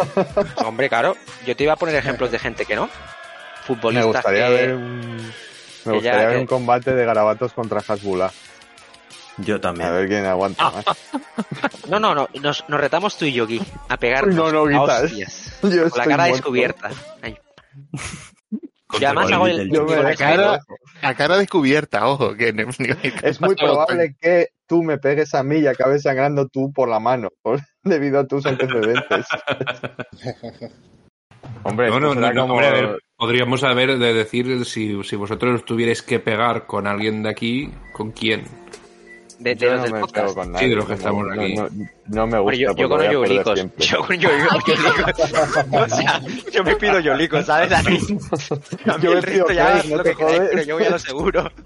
B: Hombre, claro, yo te iba a poner ejemplos de gente que no.
A: Me
B: Futbolistas
A: gustaría
B: que-
A: ver un, me
B: que ya-
A: gustaría ver
B: que-
A: un combate de garabatos contra Hasbula.
C: Yo también.
A: A ver quién
B: Ah,
A: aguanta más.
B: No, no, no, nos, nos retamos tú y yo, Gui, a pegarnos
A: No, no,
B: a
A: Guita,
B: hostias.
A: Yo
B: Con la
A: estoy
B: cara
A: muerto.
B: descubierta. Ay. Yo además hago el...
C: Yo
A: me la
B: el-
F: cara- A cara descubierta, ojo. Que no-
A: Es muy probable que tú me pegues a mí y acabes sangrando tú por la mano, por- debido a tus antecedentes. Hombre,
E: No,
A: esto
E: no, no,
A: será
E: no,
A: como-
E: hombre, a ver, podríamos haber de decir si, si vosotros tuvierais que pegar con alguien de aquí, ¿con quién?
B: de, de
A: Yo
B: los
A: no
B: del
A: me
B: podcast.
A: pego con
E: Sí, de los
A: nadie,
E: que
A: no-
E: estamos
A: no-
E: aquí.
A: No, no me gusta.
B: Hombre, yo, yo con los yolicos.
A: Yo...
B: Yo con yo, yo- yolicos. O sea, yo me pido yolicos, ¿sabes? A mí, a mí
A: Yo me
B: el resto
A: pido
B: ya
A: Play,
B: es
A: no
B: lo
A: te
B: que queráis,
A: jodes.
B: pero yo voy a lo seguro.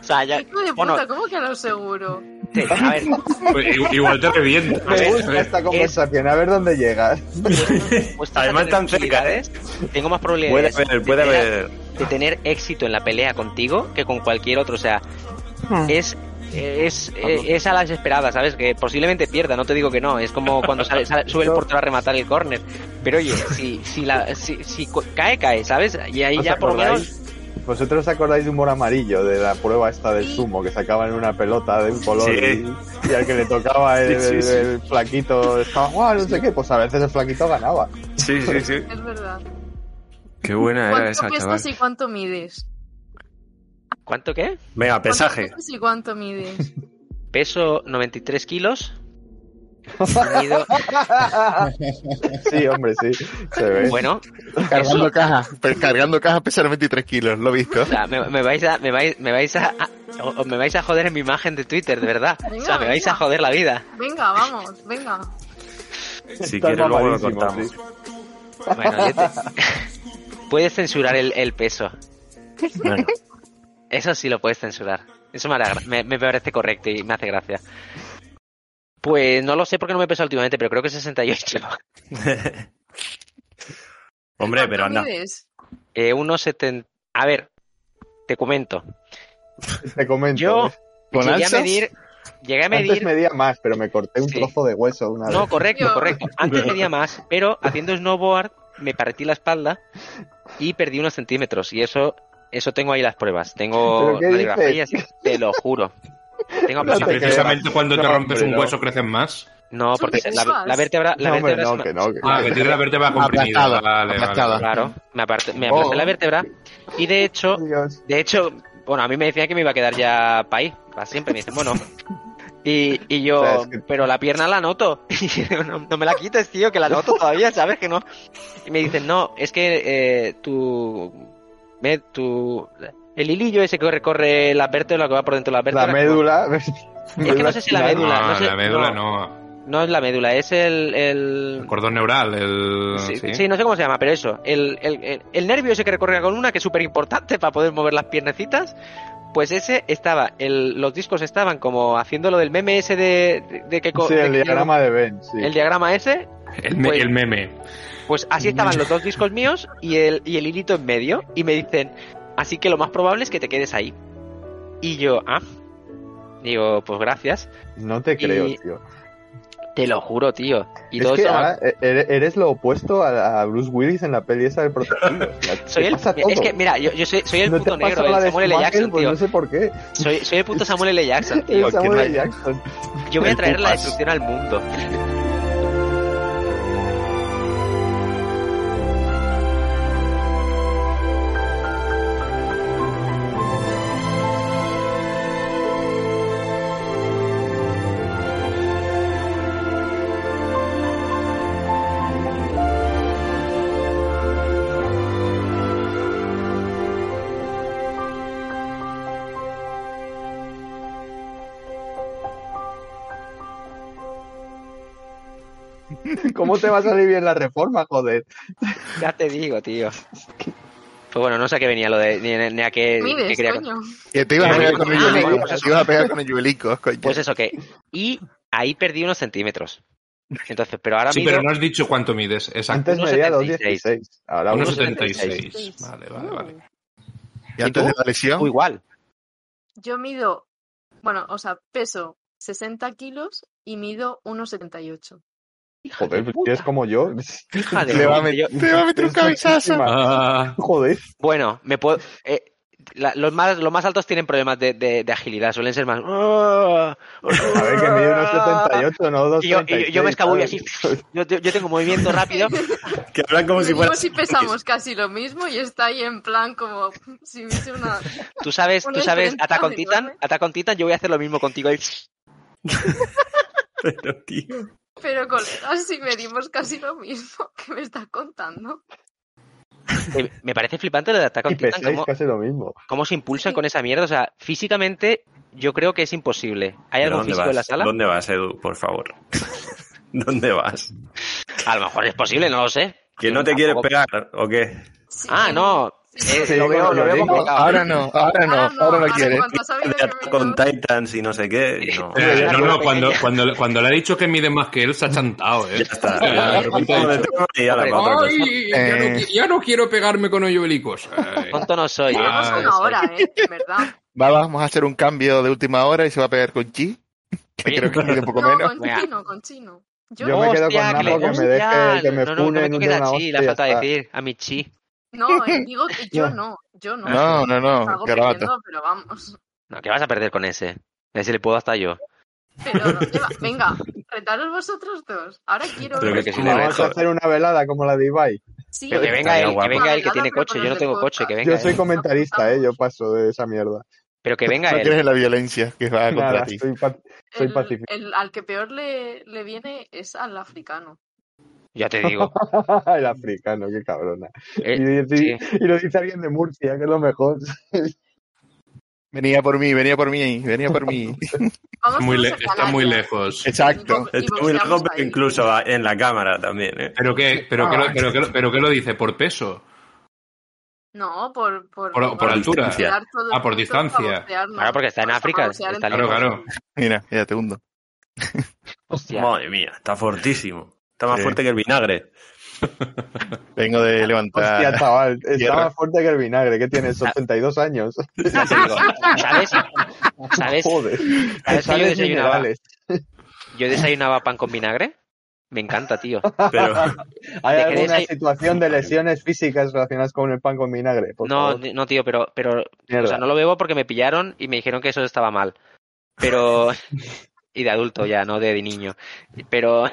B: O sea, ya.
J: Hijo de
B: Bueno,
J: puta, ¿cómo que a lo seguro?
B: te- a ver,
E: Pues, i- igual te revienta.
A: Me gusta esta conversación, a ver dónde llegas.
B: pues
C: Además,
B: tengo
C: tan cerca, ¿eh?
B: posibilidades, Tengo más
C: Puede
B: probabilidades
C: haber, puede
B: de, tener,
C: haber...
B: de tener éxito en la pelea contigo que con cualquier otro. O sea,
J: Ah.
B: es. Es, es, es a la desesperada, ¿sabes? Que posiblemente pierda, no te digo que no. Es como cuando sale, sale- sube el portero a rematar el córner. Pero oye, si, si, la, si, si cu- cae, cae, ¿sabes? Y ahí
A: ¿Os
B: ya por lo menos
A: acordáis? ¿Vosotros os acordáis de humor amarillo, de la prueba esta del sumo, que sacaban una pelota de un color
C: Sí.
A: y, y al que le tocaba el,
C: Sí, sí,
A: el-
C: sí.
A: el flaquito estaba, "Guau, no sé qué? Pues a veces el flaquito ganaba.
C: Sí, sí, sí.
J: Es verdad.
C: Qué buena era
J: ¿Cuánto
C: esa, chaval.
J: pesas y cuánto mides?
B: ¿Cuánto qué?
C: Mega pesaje.
J: ¿Cuánto y cuánto mides?
B: Peso 93 kilos. Mido-
A: Sí, hombre, sí. Se ve.
B: Bueno,
F: Cargando
B: eso-
F: cajas, pe- Pues cargando cajas pesa 23 kilos, lo he visto.
B: o sea, me, me vais a, me vais, me vais a, a- o- o me vais a joder en mi imagen de Twitter, de verdad. O sea, me vais a joder la vida.
J: Venga, vamos, venga.
C: Si
A: Está
C: quieres, luego lo
A: mamadísimo,
C: contamos.
B: Bueno, yo te- puedes censurar el, el peso.
C: Venga.
B: Eso sí lo puedes censurar. Eso me, hará gra- me, me parece correcto y me hace gracia. Pues no lo sé porque no me pesa últimamente, pero creo que 68.
C: Hombre, pero anda.
J: mides?
B: Eh, unos 70. A ver, te comento.
A: Te comento.
B: Yo
A: ¿eh?
F: ¿Con
B: llegué
F: alzas?
B: a medir. Llegué a
A: Antes
B: medir.
A: medía más, pero me corté un
B: Sí.
A: trozo de hueso una vez.
B: No, correcto,
J: Yo.
B: correcto. Antes medía más, pero haciendo snowboard me partí la espalda y perdí unos centímetros. Y eso eso tengo ahí las pruebas. Tengo
A: ¿Pero qué dices?
B: radiografías, te lo juro. Tengo
A: No te
E: Si precisamente
A: creo.
E: cuando te
A: No,
E: rompes un
A: hombre,
E: hueso crecen más.
B: No, porque
J: Son
B: la, la
J: visuals.
B: vértebra, la
A: No, hombre,
B: vértebra es
A: no,
B: una-
A: que no. que-
E: Ah, que tiene la vértebra comprimida.
F: Aplastada,
E: Vale, vale,
F: aplastada.
E: vale.
B: Claro, me aparte- me aplasté
F: Oh.
B: la vértebra y de hecho,
A: Dios.
B: de hecho, bueno, a mí me decían que me iba a quedar ya para ahí, para siempre, me dicen, bueno. Y, y yo,
A: O sea, es que-
B: pero la pierna la noto. Y yo, no, no me la quites, tío, que la noto todavía, ¿sabes? Que no. Y me dicen, no, es que eh, tu, me- tu- El hilillo ese que recorre la vértebra, que va por dentro de la
A: La
B: vértebra.
A: médula.
B: Es que no sé si la médula.
E: No,
B: no sé-
E: la médula
B: no.
E: no.
B: No es la médula, es el-
E: El
B: el,
E: cordón neural, el.
B: Sí,
E: sí.
B: sí, no sé cómo se llama, pero eso. El, el- el- el nervio ese que recorre la columna, que es súper importante para poder mover las piernecitas, pues ese estaba, el- los discos estaban como haciendo lo del meme ese de, de- de que... co-
A: Sí,
B: de
A: el
B: que-
A: diagrama de Ben. Sí.
B: el diagrama ese,
E: El, me-
B: Pues-
E: el meme.
B: pues así estaban los dos discos míos y el, y el hilito en medio. Y me dicen, así que lo más probable es que te quedes ahí. Y yo, ah, digo, pues gracias.
A: No te creo,
B: Y-
A: tío.
B: Te lo juro, tío. Y
A: es
B: todo
A: que
B: eso-
A: ahora e- eres, lo opuesto a, a Bruce Willis en la peli esa del protegido.
B: soy
A: Te
B: el,
A: pasa
B: es
A: todo.
B: que, mira, yo, yo soy, soy el
A: no
B: puto
A: te pasa
B: negro, eh, el
A: la de
B: Samuel L.
A: Schumacher,
B: Jackson,
A: pues
B: tío.
A: no sé por qué.
B: Soy, soy el puto Samuel L. Jackson, tío.
A: El
B: que
A: Samuel
B: no
A: L.
B: hay-
A: Jackson.
B: Yo voy a
F: El
B: traer la
F: Pupas.
B: destrucción al mundo.
A: ¿Cómo te va a salir bien la reforma, joder?
B: Ya te digo, tío. Pues bueno, no sé a qué venía lo de. ni, ni- ni a qué. Eh, qué
J: Mides,
B: quería-
J: coño.
F: Que te ibas a pegar con el
B: Ah,
F: yubelico,
B: pues eso.
F: te ibas a pegar con el yubelico, coño.
B: Pues eso, que. Y ahí perdí unos centímetros. Entonces, pero ahora
E: Sí,
B: mido-
E: pero no has dicho cuánto mides. Exacto.
A: Antes medía
B: 1,76.
A: 2,16. Ahora uno-
E: 1,76. Vale, vale, vale.
F: Y antes
B: ¿Y tú?
F: de la
B: o
F: lesión,
B: igual.
J: Yo mido, bueno, o sea, peso 60 kilos y mido 1,78.
B: Hija de
A: Joder,
B: puta,
A: si eres como yo.
B: hija de
F: le va a
B: puta,
F: met-
B: yo-
F: te va a meter un cabezazo.
E: Ah,
A: Joder.
B: Bueno, me puedo. eh, la- los, más, los más altos tienen problemas de, de- de agilidad, suelen ser más. A
A: A ver, que mide unos 78, no 2,36.
B: Y yo, y yo- yo me escabullo así.
A: ¿sabes?
B: Yo, yo- yo tengo movimiento rápido.
C: Que hablan como si fuera.
J: Venimos y pesamos casi lo mismo y está ahí en plan como si hubiese una...
B: Tú sabes,
J: Una
B: tú sabes,
J: diferencia
B: Attack on Titan,
J: enorme.
B: Attack on Titan, yo voy a hacer lo mismo contigo. ahí.
C: Pero, tío.
J: Pero colegas, si medimos casi lo mismo, ¿qué me estás contando?
B: Eh, Me parece flipante lo de Attack on
A: Y
B: Titan,
A: pesáis
B: cómo,
A: casi lo mismo.
B: cómo se impulsan
J: Sí.
B: con esa mierda. O sea, físicamente yo creo que es imposible. ¿Hay algún
C: ¿Dónde
B: físico en la
C: vas?
B: sala?
C: ¿Dónde vas, Edu? Por favor. ¿Dónde vas?
B: A lo mejor es posible, no lo sé.
C: ¿Que no te quieres
B: Tampoco-
C: pegar o qué?
J: Sí,
B: Ah,
J: que-
B: no.
J: Sí.
B: eh, lo veo, lo veo
A: digo,
B: complicado.
F: Ahora no, ahora no,
J: Ahora Ah, no,
F: ahora no
J: ahora
F: quieres.
J: cuando has sabido que me
C: Con
J: mido-
C: Titans y no sé qué. No.
B: Hombre,
E: eh,
B: yo
E: no,
B: era
E: no, cuando,
B: pequeña.
E: cuando, cuando le ha dicho que mide más que él, se ha chantado, ¿eh?
C: Ya está.
E: Eh, de repente ha
C: Vamos de
E: dicho,
C: tema y ala, para otra cosa.
E: ¡Ay! Ya no, qui- ya no quiero pegarme con oyobelicos.
B: Tonto no soy.
E: Ah,
J: Tenemos
B: tonto no
J: una
B: soy.
J: hora, ¿eh? En ¿Verdad?
F: Va, vamos a hacer un cambio de última hora y se va a pegar con Chi, que
B: Oye,
F: creo que mide un poco
J: No,
F: menos.
J: con
B: Venga.
J: chino, con chino. Yo,
A: Yo me quedo con
B: Hostia,
A: Namo,
B: le-
A: que me deje, que me
B: hostia, no,
A: funen
B: no, no
A: un
B: me toques
A: día
B: a
A: una
B: chi, la
A: hostia y
B: falta
A: ya
B: de
A: está.
B: decir, a mi chi.
J: no, eh, digo que yo no, yo no.
F: No, no, no,
J: Algo
F: garabato.
J: perdiendo, pero vamos.
B: No, ¿qué vas a perder con ese? A ver si le puedo hasta yo.
J: Pero, lleva- venga, retaros vosotros dos. Ahora quiero
C: Pero
J: ver
C: que si
A: Vamos
C: le
A: a
C: dejo.
A: hacer una velada como la de Ibai.
J: Sí.
B: Pero que venga él, que venga él que tiene coche, yo no tengo coche, que venga
A: Yo soy
B: él.
A: comentarista, ¿eh? Yo paso de esa mierda.
B: Pero que venga
F: No
B: él.
F: crees en la violencia que va contra
A: Nada,
F: ti.
A: soy, pa- soy
J: El-
A: pacifista.
J: el- al que peor le, le viene es al africano.
B: Ya te digo.
A: el africano, qué cabrona.
B: Eh,
A: y, dice- y lo dice alguien de Murcia, que es lo mejor.
F: Venía por mí, venía por mí, venía por mí.
J: Vamos
E: Muy
J: todos
E: le-
J: a
E: está muy
J: Celaya.
E: lejos.
F: Exacto.
C: Está muy lejos, pero incluso a- en la cámara también, ¿eh?
E: ¿Pero qué, pero, qué lo, pero, qué lo- pero qué lo dice? ¿Por peso?
J: No, por... Por,
E: Por- por altura.
J: babosear todo el
E: Ah, por
J: mundo,
E: distancia.
J: babosearnos.
B: Claro, Ah, porque está en
J: Pues Vamos a
B: África,
J: babosear
B: está
J: entre
B: lejos.
J: todos.
E: Claro,
F: Mira, ya te hundo.
B: Hostia.
C: Madre mía, está fortísimo. Está más
F: Sí.
C: fuerte que el vinagre.
F: Vengo de
B: Ah,
F: levantar.
A: Hostia, chaval, está
F: tierra.
A: más fuerte que el vinagre. ¿Qué tienes? 82 años.
B: ¿Sabes? ¿Sabes?
A: Joder.
B: ¿Sabes que yo
A: Sales
B: desayunaba,
A: minerales.
B: yo desayunaba pan con vinagre? Me encanta, tío.
A: Oh,
C: Pero
A: ¿Hay
B: Dejé de
A: alguna
B: desay-
A: situación de lesiones físicas relacionadas con el pan con vinagre? Por
B: No,
A: favor.
B: ni- no, tío, pero, pero o
A: Mierda.
B: sea, no lo bebo porque me pillaron y me dijeron que eso estaba mal. Pero. y de adulto ya, no de, de niño. Pero.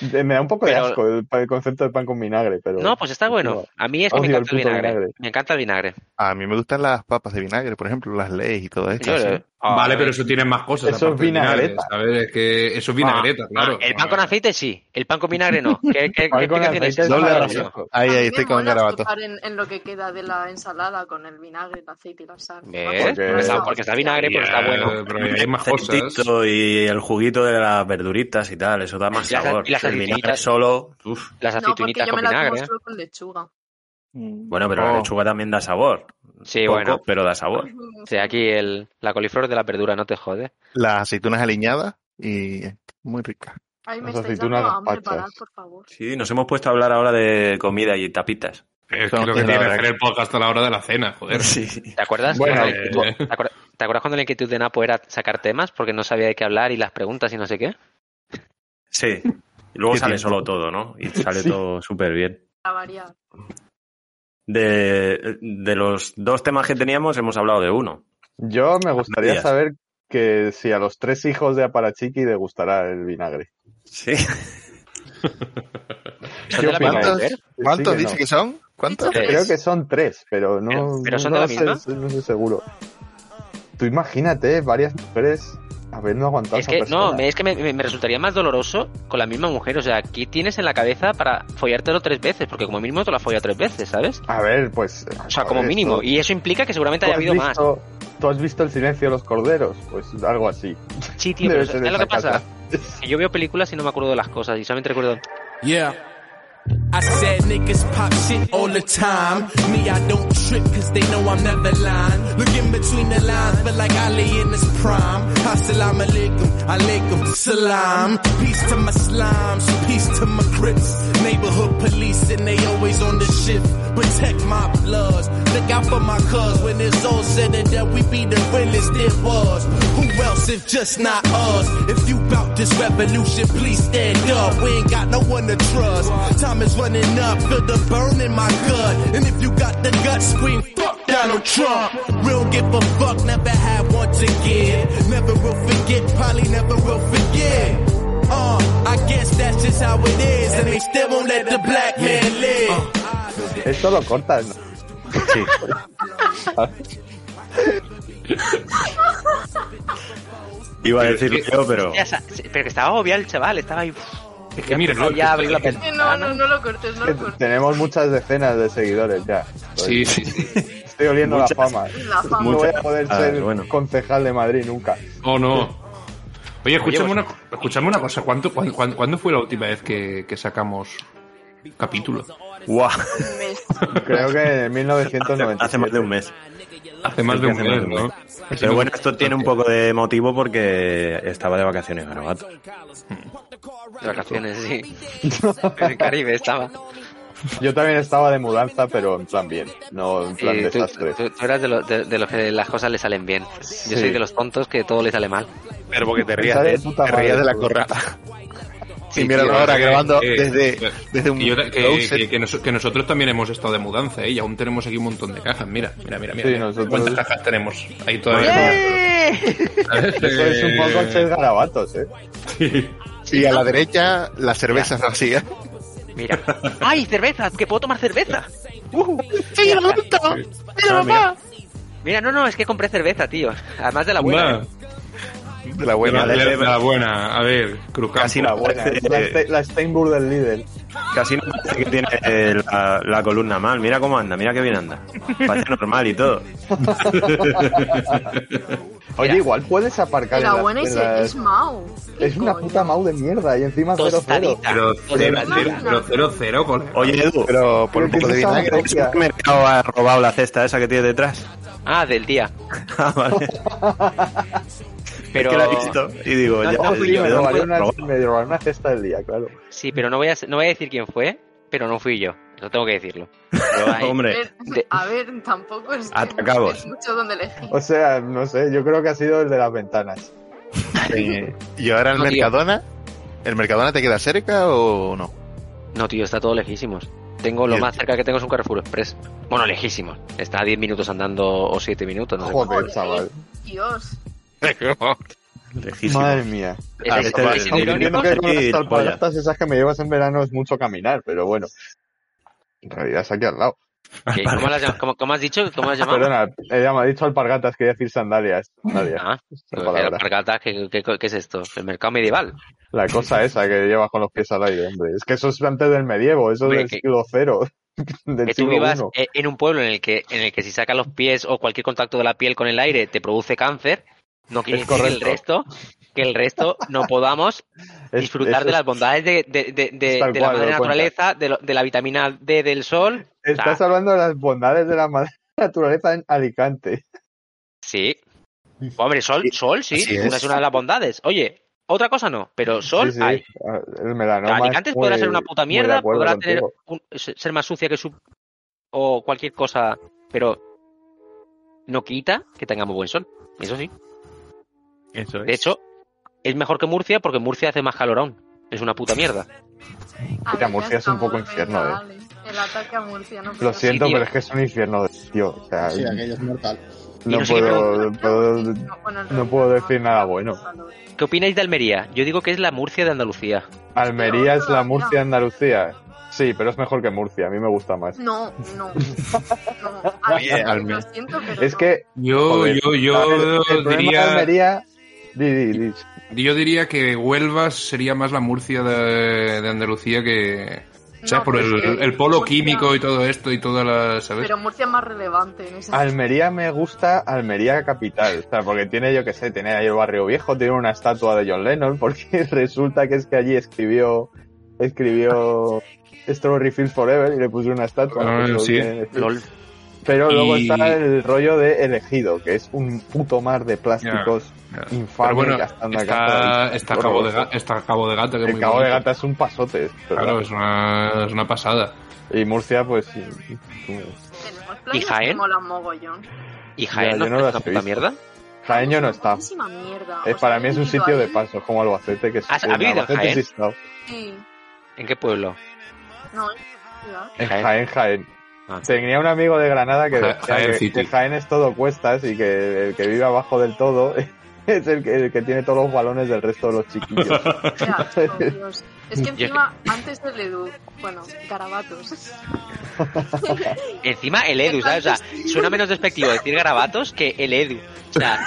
A: De- Me da un poco
B: Pero-
A: de asco el, el concepto de pan con vinagre, pero.
B: No, pues está bueno. A mí es que me
A: Odio el
B: encanta el
A: puto
B: vinagre.
A: vinagre.
B: Me encanta el vinagre.
F: A mí me gustan las papas de vinagre, por ejemplo, las leyes y todo esto.
B: Yo-
F: así.
B: Ah,
E: vale,
B: no,
E: pero
B: es-
E: eso tiene más cosas.
A: Eso es
E: aparte del vinagre,
A: vinagreta.
E: ¿sabes? Es que eso es vinagreta,
B: Ah,
E: claro.
B: ah, el pan con aceite sí, el pan con vinagre no. ¿Qué, qué-
A: Pan
B: qué
A: con
B: explicación es
A: aceite es
B: esa?
F: Doble
A: maravilloso.
B: Maravilloso.
F: Ahí,
J: A mí
F: ahí
J: me
F: estoy con
J: mola
F: garabato.
J: flipar en, en lo que queda de la ensalada con el vinagre, el aceite y la sal.
B: ¿Ves?
A: Porque-
B: Porque está- porque está vinagre, pero está
E: Eh,
B: bueno.
E: pero hay más cosas.
C: aceitito y el juguito de las verduritas y tal, eso da más
B: Y las-
C: sabor.
B: y las
C: el vinagre
B: aceitunitas.
C: solo, uf.
B: Las
J: No, porque
B: aceitunitas
J: yo
B: con
J: me la
B: vinagre.
J: como
B: ¿eh?
J: solo con lechuga.
C: Bueno, pero
F: Oh.
C: la lechuga también da sabor.
B: ¿eh? Sí,
C: Poco,
B: bueno.
C: pero da sabor.
B: Sí, aquí el, la coliflor de la verdura, no te jode.
F: Las aceitunas aliñadas y muy ricas.
J: Ay, me
A: Las
J: estáis dando
A: aceitunas
J: hambre,
A: gazpachas.
J: parad, por favor.
C: Sí, nos hemos puesto a hablar ahora de comida y tapitas.
E: Es
F: Son-
E: que lo que
F: es la
E: tiene
F: verdad
E: hacer el podcast a la hora de la cena, joder.
C: Sí. pues,
B: ¿Te acuerdas?
A: Bueno,
B: cuando la inquietud-
E: eh.
B: ¿te, acuer- te acuerdas cuando la inquietud de Napo era sacar temas porque no sabía de qué hablar y las preguntas y no sé qué?
C: Sí. Y luego
F: Qué
C: sale
F: tiempo.
C: solo todo, ¿no? Y sale
A: Sí.
C: todo súper bien.
J: Para variar.
C: De, de los dos temas que teníamos, hemos hablado de uno.
A: Yo me gustaría
C: Días.
A: saber que si a los tres hijos de Aparachiki le gustará el vinagre.
C: Sí.
B: ¿Son
A: ¿Qué
B: de la misma
A: opinas?
F: ¿Cuántos,
B: mujer?
F: cuántos
A: Sí que
F: dice
A: no.
F: que son? ¿Cuántos?
B: Dicho
A: Creo
B: Es-
A: que son tres, pero no,
B: Pero- pero son
A: no
B: de la
A: sé,
B: misma.
A: sé- no estoy seguro. Tú imagínate ¿eh? varias mujeres habiendo aguantado
B: Es
A: a esa
B: que
A: persona.
B: no, me- es que me, me- me resultaría más doloroso con la misma mujer. O sea, aquí tienes en la cabeza para follártelo tres veces, porque como mínimo te lo has follado tres veces, ¿sabes?
A: A ver, pues...
B: O sea, como mínimo. Y eso implica que seguramente haya habido más.
A: más. ¿Tú has visto El silencio de los corderos? Pues algo así.
B: Sí, tío,
A: Debe
B: pero
A: ser
B: ¿sabes lo que
A: esa
B: pasa?
A: casa.
B: Que yo veo películas y no me acuerdo de las cosas y solamente recuerdo.
M: Yeah. I said niggas pop shit all the time. Me, I don't trip cause they know I'm never lying. Looking between the lines, but like Ali in his prime. Assalam alaikum, alaikum, salam. Peace to my slimes, peace to my crips. Neighborhood police and they always on the shift. Protect my bloods, look out for my cuz. When it's all said and done, we be the realest it was. Who else if just not us? If you bout this revolution, please stand up. We ain't got no one to trust. Time is running up, feel the burn in my gut. And if you got the guts, scream fuck Donald Trump. We don't give a fuck, never have once again. Never will forget, probably never will forget. Uh, I guess that's just how it is, and they still won't let the black man live.
A: Esto lo cortas, ¿no?
C: Sí. Iba a decirlo yo, pero.
B: Ya sa- Pero que estaba agobiado el chaval, estaba ahí.
E: Es que mira, ¿no?
B: ya abrí la
J: Eh,
B: pestaña,
J: No,
B: ¿no?
J: no, no lo cortes, no lo cortes.
A: Tenemos muchas decenas de seguidores ya.
C: pues.
E: Sí, sí, sí.
A: Estoy oliendo
C: Muchas.
A: la fama. ¿eh?
J: La fama.
A: No voy a poder
C: Ah,
A: ser
C: bueno.
A: concejal de Madrid nunca.
E: O no. Oye, escúchame,
B: Oye,
C: pues.
E: una, escúchame una cosa. ¿Cuánto, cuán- cuán- cuándo, fue la última vez que, que sacamos capítulo?
C: ¡Guau!
J: Un mes.
A: Creo que en
C: Hace,
A: 1997.
C: hace más de un mes.
E: Hace más de un
C: Hace más
E: mes,
C: de un
E: ¿no?
C: Pero bueno, esto tiene un poco de motivo porque estaba de vacaciones Garabato.
B: De vacaciones, sí. en el Caribe estaba.
A: Yo también estaba de mudanza, pero en plan bien, no en plan
B: Y Eh, tú,
A: desastre.
B: tú- tú eras de, los- de- de los que las cosas le salen bien. Yo
A: Sí.
B: soy de los tontos que todo le sale mal.
F: Pero porque te
A: rías
F: rías
A: de-
F: de,
A: de puta madre,
F: la
A: joder.
F: corrada.
B: Sí,
F: y míralo
B: tío,
F: ahora,
E: eh,
F: grabando
E: eh,
F: desde, desde un
E: Que, yo- que-
F: closet.
E: que- que nos- que nosotros también hemos estado de mudanza, ¿eh? Y aún tenemos aquí un montón de cajas. Mira, mira, mira. mira
A: Sí,
E: mira.
A: nosotros-
E: ¿Cuántas cajas tenemos? Ahí todavía.
A: Eso es un poco ser garabatos, ¿eh?
F: y a la derecha las cervezas vacías.
B: Mira. ¡Ay, cerveza! ¡Que puedo tomar cerveza! ¡Uh!
D: ¡Sí, lo adulto! ¡Mira,
B: Ah,
D: papá!
B: Mira, no, no, es que compré cerveza, tío. Además de la buena.
E: Bueno.
F: De la buena.
E: De la, de la buena. A ver, Cruzcampo.
C: Casi la buena.
A: eh, La, Ste- la Steinburg del líder.
C: Casi no parece que tiene eh, la, la columna mal. Mira cómo anda, mira qué bien anda. Parece normal y todo.
A: Oye, igual puedes aparcar en
J: La
A: las-
J: buena
A: en
J: es,
A: las-
J: es ¿eh? Mau. ¿Qué
A: Es una
J: coño?
A: puta Mau de mierda y encima 0 0
E: Pero cero, cero, pero cero, cero con
C: Oye, Edu,
F: pero por un poco de vinagre.
C: ¿qué mercado ha robado la cesta esa que tiene detrás?
B: Ah, del día.
C: Ah, vale.
B: Pero...
C: Es que la he visto y digo, ya.
B: no,
C: digo,
B: no,
C: ¿de dónde
B: no, no,
C: lo
A: una,
C: ha robado?
A: me robaron una cesta del día, claro.
B: Sí, pero no voy, a, no voy a decir quién fue, pero no fui yo. Eso tengo que decirlo. Yo ahí-
J: A
C: Ah, Hombre,
J: ver, a ver, tampoco es
C: Atracados.
J: es mucho donde elegir.
A: O sea, no sé, yo creo que ha sido el de las ventanas.
F: ¿Y ahora el
B: No, tío.
F: Mercadona? ¿El Mercadona te queda cerca o no?
B: No, tío, está todo lejísimos. Tengo lo más cerca que tengo es un Carrefour Express. Bueno, lejísimos. Está a 10 minutos andando o 7 minutos. No sé.
A: Joder, chaval.
J: Dios.
C: lejísimo.
A: Madre mía.
B: Es- es-
C: Este-
B: es
C: no,
A: Aunque
B: irónico.
A: entiendo que con las
C: sí,
A: alpargatas esas que me llevas en verano es mucho caminar, pero bueno. En realidad es aquí al lado.
B: ¿Qué? ¿Cómo, las llam- cómo- cómo has dicho? ¿Cómo has llamado?
A: Perdona, he llamado- he dicho alpargatas, quería decir sandalias. Sandalias,
B: Ah. Ah,
A: esa
B: pero
A: palabra.
B: alpargatas, ¿qué, qué, qué es esto? ¿El mercado medieval?
A: La cosa esa que llevas con los pies al aire, hombre. Es que eso es antes del medievo, eso
B: Hombre,
A: es del
B: que-
A: siglo cero.
B: que
A: Del
B: tú
A: siglo
B: vivas
A: uno.
B: eh, en un pueblo en el que en el que si sacas los pies o cualquier contacto de la piel con el aire te produce cáncer, no quiere
A: Es
B: decir que el
A: correcto.
B: resto que el resto no podamos
A: Es-
B: disfrutar
A: eso
B: de
A: es-
B: las bondades de, de- de- de-
A: Es tal
B: de la
A: cual,
B: madre
A: lo cuentas.
B: naturaleza, de, lo- de la vitamina D del sol. O sea,
A: Estás hablando de las bondades de la madre naturaleza en Alicante.
B: Sí. Hombre, sol, sol, sí,
F: Así
B: una es.
F: es.
B: una de las bondades. Oye, otra cosa no, pero sol
A: Sí, sí,
B: hay.
A: El melanoma. es
B: Alicante
A: muy-
B: podrá ser una puta
A: muy de
B: mierda,
A: acuerdo
B: podrá
A: contigo.
B: tener un- ser más sucia que su o cualquier cosa, pero no quita que tengamos buen sol. Eso sí.
F: Eso
B: De hecho, es mejor que Murcia porque Murcia hace más calor aún. Es una puta mierda.
J: A ver,
A: que a
J: ya
A: Murcia es un
J: estamos,
A: poco
J: venga,
A: infierno, eh.
J: vale. El ataque a Murcia no
A: Lo
J: puede ser.
A: siento,
B: tío.
A: pero es que es un infierno, tío. O sea,
G: Sí, aquello es mortal.
A: no,
B: no sé qué
A: puedo, puedo-
J: No, bueno, en
A: no
J: realidad
A: puedo decir nada bueno.
B: ¿Qué opináis de Almería? Yo digo que es la Murcia de Andalucía.
A: Almería es la Murcia de Andalucía. Sí, pero es mejor que Murcia, a mí me gusta más.
J: No, no. no. A
F: Oye,
J: ver,
F: Alme-
J: lo siento, pero
A: Es
J: no.
A: que.
E: Yo,
A: joder,
E: yo,
A: a ver, el
E: yo
A: problema de
E: diría.
A: Almería. Di, di, di.
E: Yo diría que Huelva sería más la Murcia de, de Andalucía que. ¿Sabes?
J: No,
E: por
J: pero
E: el,
J: es que
E: el polo
J: Murcia-
E: químico y todo esto y toda la. ¿Sabes?
J: Pero Murcia es más relevante en ese
A: Almería me gusta Almería capital, o sea, porque tiene, yo que sé, tiene ahí el barrio viejo, tiene una estatua de John Lennon, porque resulta que es que allí escribió, escribió Strawberry Fields Forever y le pusieron una estatua.
E: Ah,
A: Eso
E: sí.
A: tiene-
B: LOL.
A: Pero luego
E: Y-
A: está el rollo de elegido, que es un puto mar de plásticos
E: Ya, ya.
A: infame
E: Pero bueno,
A: gastando
E: está, está, Cabo de, Ga- está Cabo de Gata. Que es
A: El
E: muy
A: cabo de
E: bonito.
A: gata es un pasote. es verdad.
E: Claro, es una, es una pasada.
A: Y Murcia, pues...
J: Tenemos
B: ¿Y
J: playas
B: Jaén?
J: que molan mogollón.
B: ¿Y Jaén
A: yo
B: no,
A: no
B: es
A: las
B: una
A: he
B: puta
A: visto.
B: mierda?
A: Jaén yo no
J: Es una
A: está.
J: putísima mierda.
A: Eh,
J: O sea,
A: para mí es
J: yo he
A: un
J: vivido
A: sitio de
J: ahí.
A: paso, como Albacete, que es
B: ¿Has-
A: en
B: ha habido en
A: Albacete
B: Jaén?
A: sí he estado.
J: Sí.
B: ¿En qué pueblo?
J: No, es una ciudad.
A: En
B: Jaén.
A: Jaén, Jaén.
B: Ah.
A: Tenía un amigo de Granada que
E: Ja-
A: decía
E: Jaén
A: que,
E: City.
A: que Jaén es todo cuestas y que el que vive abajo del todo es el que, el que tiene todos los balones del resto de los chiquillos.
J: Qué asco, Dios. Es que encima, antes del Edu, bueno, garabatos.
B: Encima el Edu, ¿sabes? O sea, suena menos despectivo decir garabatos que el Edu. O sea,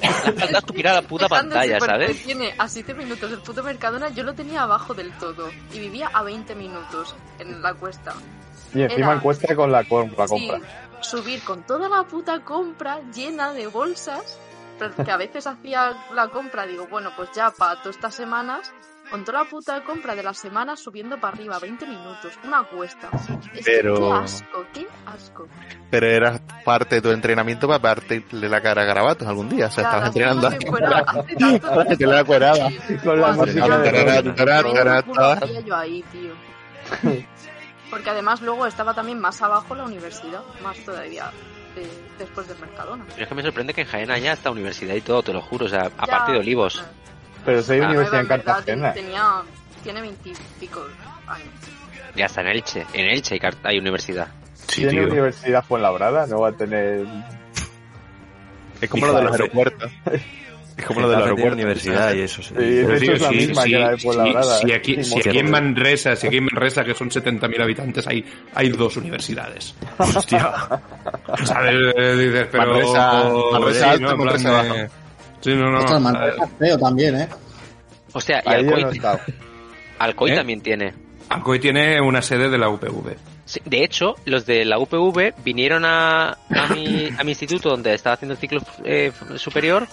B: las falta escupir a la puta
J: Dejando
B: pantalla,
J: súper-
B: ¿sabes?
J: Tiene a 7 minutos el puto Mercadona, yo lo tenía abajo del todo. Y vivía a 20 minutos en la cuesta.
A: y encima
J: Era-
A: encuesta con la, com- la
J: Sí,
A: compra.
J: subir con toda la puta compra llena de bolsas, pero que a veces hacía la compra, digo, bueno, pues ya para todas estas semanas, con toda la puta compra de las semanas subiendo para arriba, 20 minutos, una cuesta. Es que
F: Pero-
J: qué asco, qué asco.
F: Pero eras parte de tu entrenamiento para partirle la cara a garabatos algún día. O sea,
J: Claro,
F: estabas entrenando.
J: haciéndome cuerda hace tanto
F: Ahora que te la cuerada.
A: Con la
J: Cuando-
A: música de
F: Tarara,
A: fondo.
F: tarara, tarara, tarara.
J: Menudo culo yo ahí, tío. Porque además luego estaba también más abajo la universidad, más todavía eh, después del Mercadona.
B: Pero es que me sorprende que en Jaén haya hasta universidad y todo, te lo juro. O sea,
J: Ya,
B: aparte de Olivos.
J: eh,
A: Pero si hay
B: Ah,
A: universidad en
J: Nueva, verdad,
A: Cartagena.
J: Tenía, tiene veintipico años.
B: Ya está en Elche. En Elche hay, car- hay universidad.
E: Sí,
A: Tiene
E: tío.
A: universidad Fuenlabrada, no va a tener...
F: Es como lo de los aeropuertos. Es como lo del
C: Getafe tiene
F: aeropuerto.
C: universidad y eso, sí.
E: Pero
C: Sí,
E: tío,
C: sí,
E: si-
C: sí,
E: si-
C: sí,
E: si-
C: sí,
A: ¿eh?
E: si aquí, si aquí en Manresa, si aquí en Manresa, que son 70.000 habitantes, hay, hay dos universidades. Hostia. ¿Sabes? Eh, Dices, pero...
F: Manresa- Manresa
E: sí,
F: alto,
E: en plan
F: Manresa
E: de-
F: bajo.
E: Sí, no, no.
D: Esto es Manresa es feo también, ¿eh?
B: O sea, y
E: Ahí yo no
B: Alcoy, Alcoy
E: ¿Eh?
B: también tiene.
E: Alcoy tiene una sede de la UPV.
B: Sí, de hecho, los de la UPV vinieron a, a, mi, a mi instituto donde estaba haciendo el ciclo eh, superior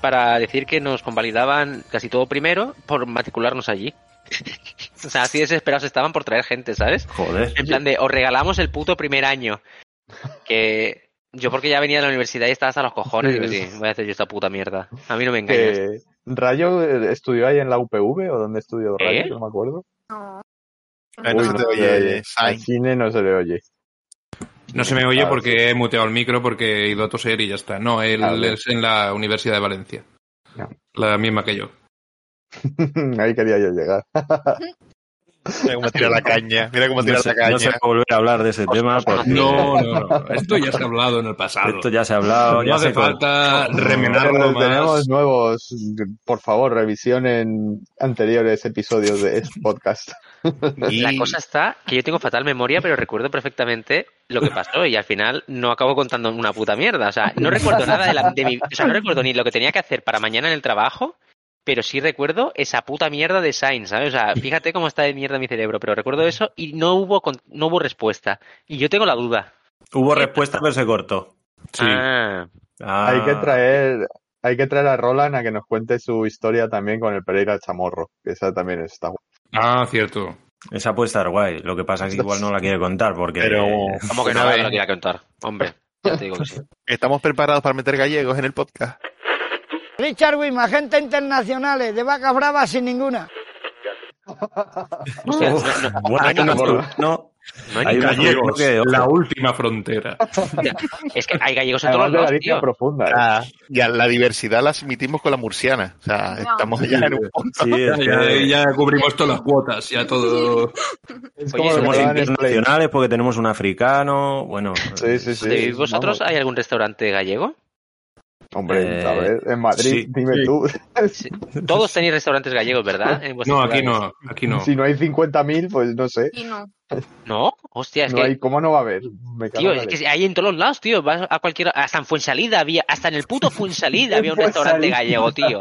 B: para decir que nos convalidaban casi todo primero por matricularnos allí. o sea, así desesperados estaban por traer gente, ¿sabes?
C: Joder.
B: En plan de, os regalamos el puto primer año. Que yo porque ya venía de la universidad y estaba hasta los cojones. Digo, sí, voy a hacer yo esta puta mierda. A mí no me engañes.
A: Que Rayo eh, estudió ahí en la UPV o dónde estudió Rayo,
B: ¿Eh?
A: no me acuerdo.
F: Ah, no se te oye,
A: Al cine no se le oye.
E: No se me oye
A: Ah,
E: porque he muteado el micro, porque he ido a toser y ya está. No, él
A: Ah, bien.
E: es en la Universidad de Valencia.
A: No.
E: La misma que yo.
A: ahí quería yo llegar.
F: Mira cómo tira la caña. Mira cómo tira
C: No se,
F: la caña.
C: no se va a volver a hablar de ese tema porque
E: No, no, no. Esto ya se ha hablado en el pasado.
C: esto ya se ha hablado.
E: No
C: ya
E: hace
C: se con-
E: falta
A: Pero
E: remenarlo más.
A: Tenemos nuevos, por favor, revisionen anteriores episodios de este podcast.
B: La cosa está que yo tengo fatal memoria, pero recuerdo perfectamente lo que pasó y al final no acabo contando una puta mierda. O sea, no recuerdo nada de, la- de mi... O sea, no recuerdo ni lo que tenía que hacer para mañana en el trabajo, pero sí recuerdo esa puta mierda de Sainz, ¿sabes? O sea, fíjate cómo está de mierda mi cerebro, pero recuerdo eso y no hubo, con- no hubo respuesta. Y yo tengo la duda.
C: Hubo respuesta, pero se cortó.
E: Sí.
B: Ah,
C: Ah,
A: Hay que traer, hay que traer a Roland a que nos cuente su historia también con el Pereira Chamorro, que esa también está guay.
E: Ah, cierto.
C: Esa puede estar guay. Lo que pasa es que igual no la quiere contar porque.
F: Pero
B: como que
F: una
B: no me
E: eh.
F: vez-
B: lo quiera contar. Hombre, ya te digo que sí.
F: estamos preparados para meter gallegos en el podcast.
K: Richard Wim, agentes internacionales, de vacas bravas sin ninguna.
B: O sea, no-
C: Uf,
B: no-
C: bueno,
B: no hay
C: no,
B: ningún-
C: no.
B: no
C: Hay
B: hay ningún-
C: una-
E: Gallegos,
C: creo que- ojo.
E: la última frontera.
B: Es que hay gallegos en todos
A: Además de la
B: lados,
A: línea
B: tío.
A: profunda. ¿eh?
F: Ah, y a la diversidad la admitimos con la murciana. O sea,
J: No.
F: estamos ya en un punto.
C: Sí, es
E: Ya,
C: que
E: ya cubrimos todas las cuotas, ya todo.
A: Es como
B: Oye,
A: lo que
C: somos
A: hablaban en Play.
C: internacionales porque tenemos un africano. Bueno,
A: Sí, sí, sí.
B: ¿De vosotros
A: Vamos.
B: hay algún restaurante gallego?
A: Hombre,
C: Eh,
A: a ver, en Madrid,
C: sí.
A: dime tú.
B: Sí. Todos tenéis restaurantes gallegos, ¿verdad? En vuestros
E: No, aquí
B: lugares.
E: no, aquí no.
A: Si no hay 50.000, pues no sé.
J: Y no.
B: No, hostia, es
A: No
B: que,
A: hay, ¿Cómo no va a haber? Me cago
B: tío,
A: en la
B: es
A: leche.
B: que hay en todos los lados, tío. Vas a cualquier. Hasta en Fuensalida había, hasta en el puto Fuensalida
A: En
B: había un restaurante
A: Fuensalida.
B: gallego, tío.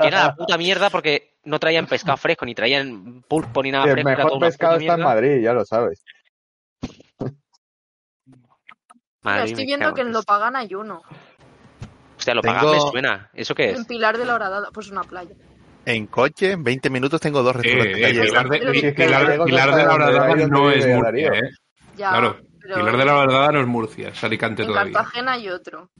B: Que era la puta mierda porque no traían pescado fresco, ni traían pulpo, ni nada
A: El
B: fresco. era toda
A: mejor
B: una
A: pescado
B: puta
A: está en
B: mierda.
A: Madrid, ya lo sabes.
B: Madre
J: Pero
B: mía, pues.
J: estoy
B: me
J: viendo
B: cago
J: que en Lo Pagan hay uno.
B: Hostia, lo
F: Tengo-
B: pagan, me suena. ¿Eso qué
J: En
B: es?
J: Pilar de la Horadada, pues una playa.
F: En coche, en 20 minutos tengo dos restaurantes
E: Eh, eh,
F: gallegos.
E: Pilar de,
J: Pero
E: Pi-
J: si es que
E: Pilar,
A: gallegos
E: Pilar
A: no
E: de la
A: saben dónde
E: Horadada
A: hay, dónde
E: no es
A: vive
E: Murcia,
A: Darío.
E: ¿eh?
J: Ya,
E: Claro,
J: pero
E: Pilar de la Horadada no es Murcia, es Alicante
J: en
E: todavía.
J: Cartagena hay otro.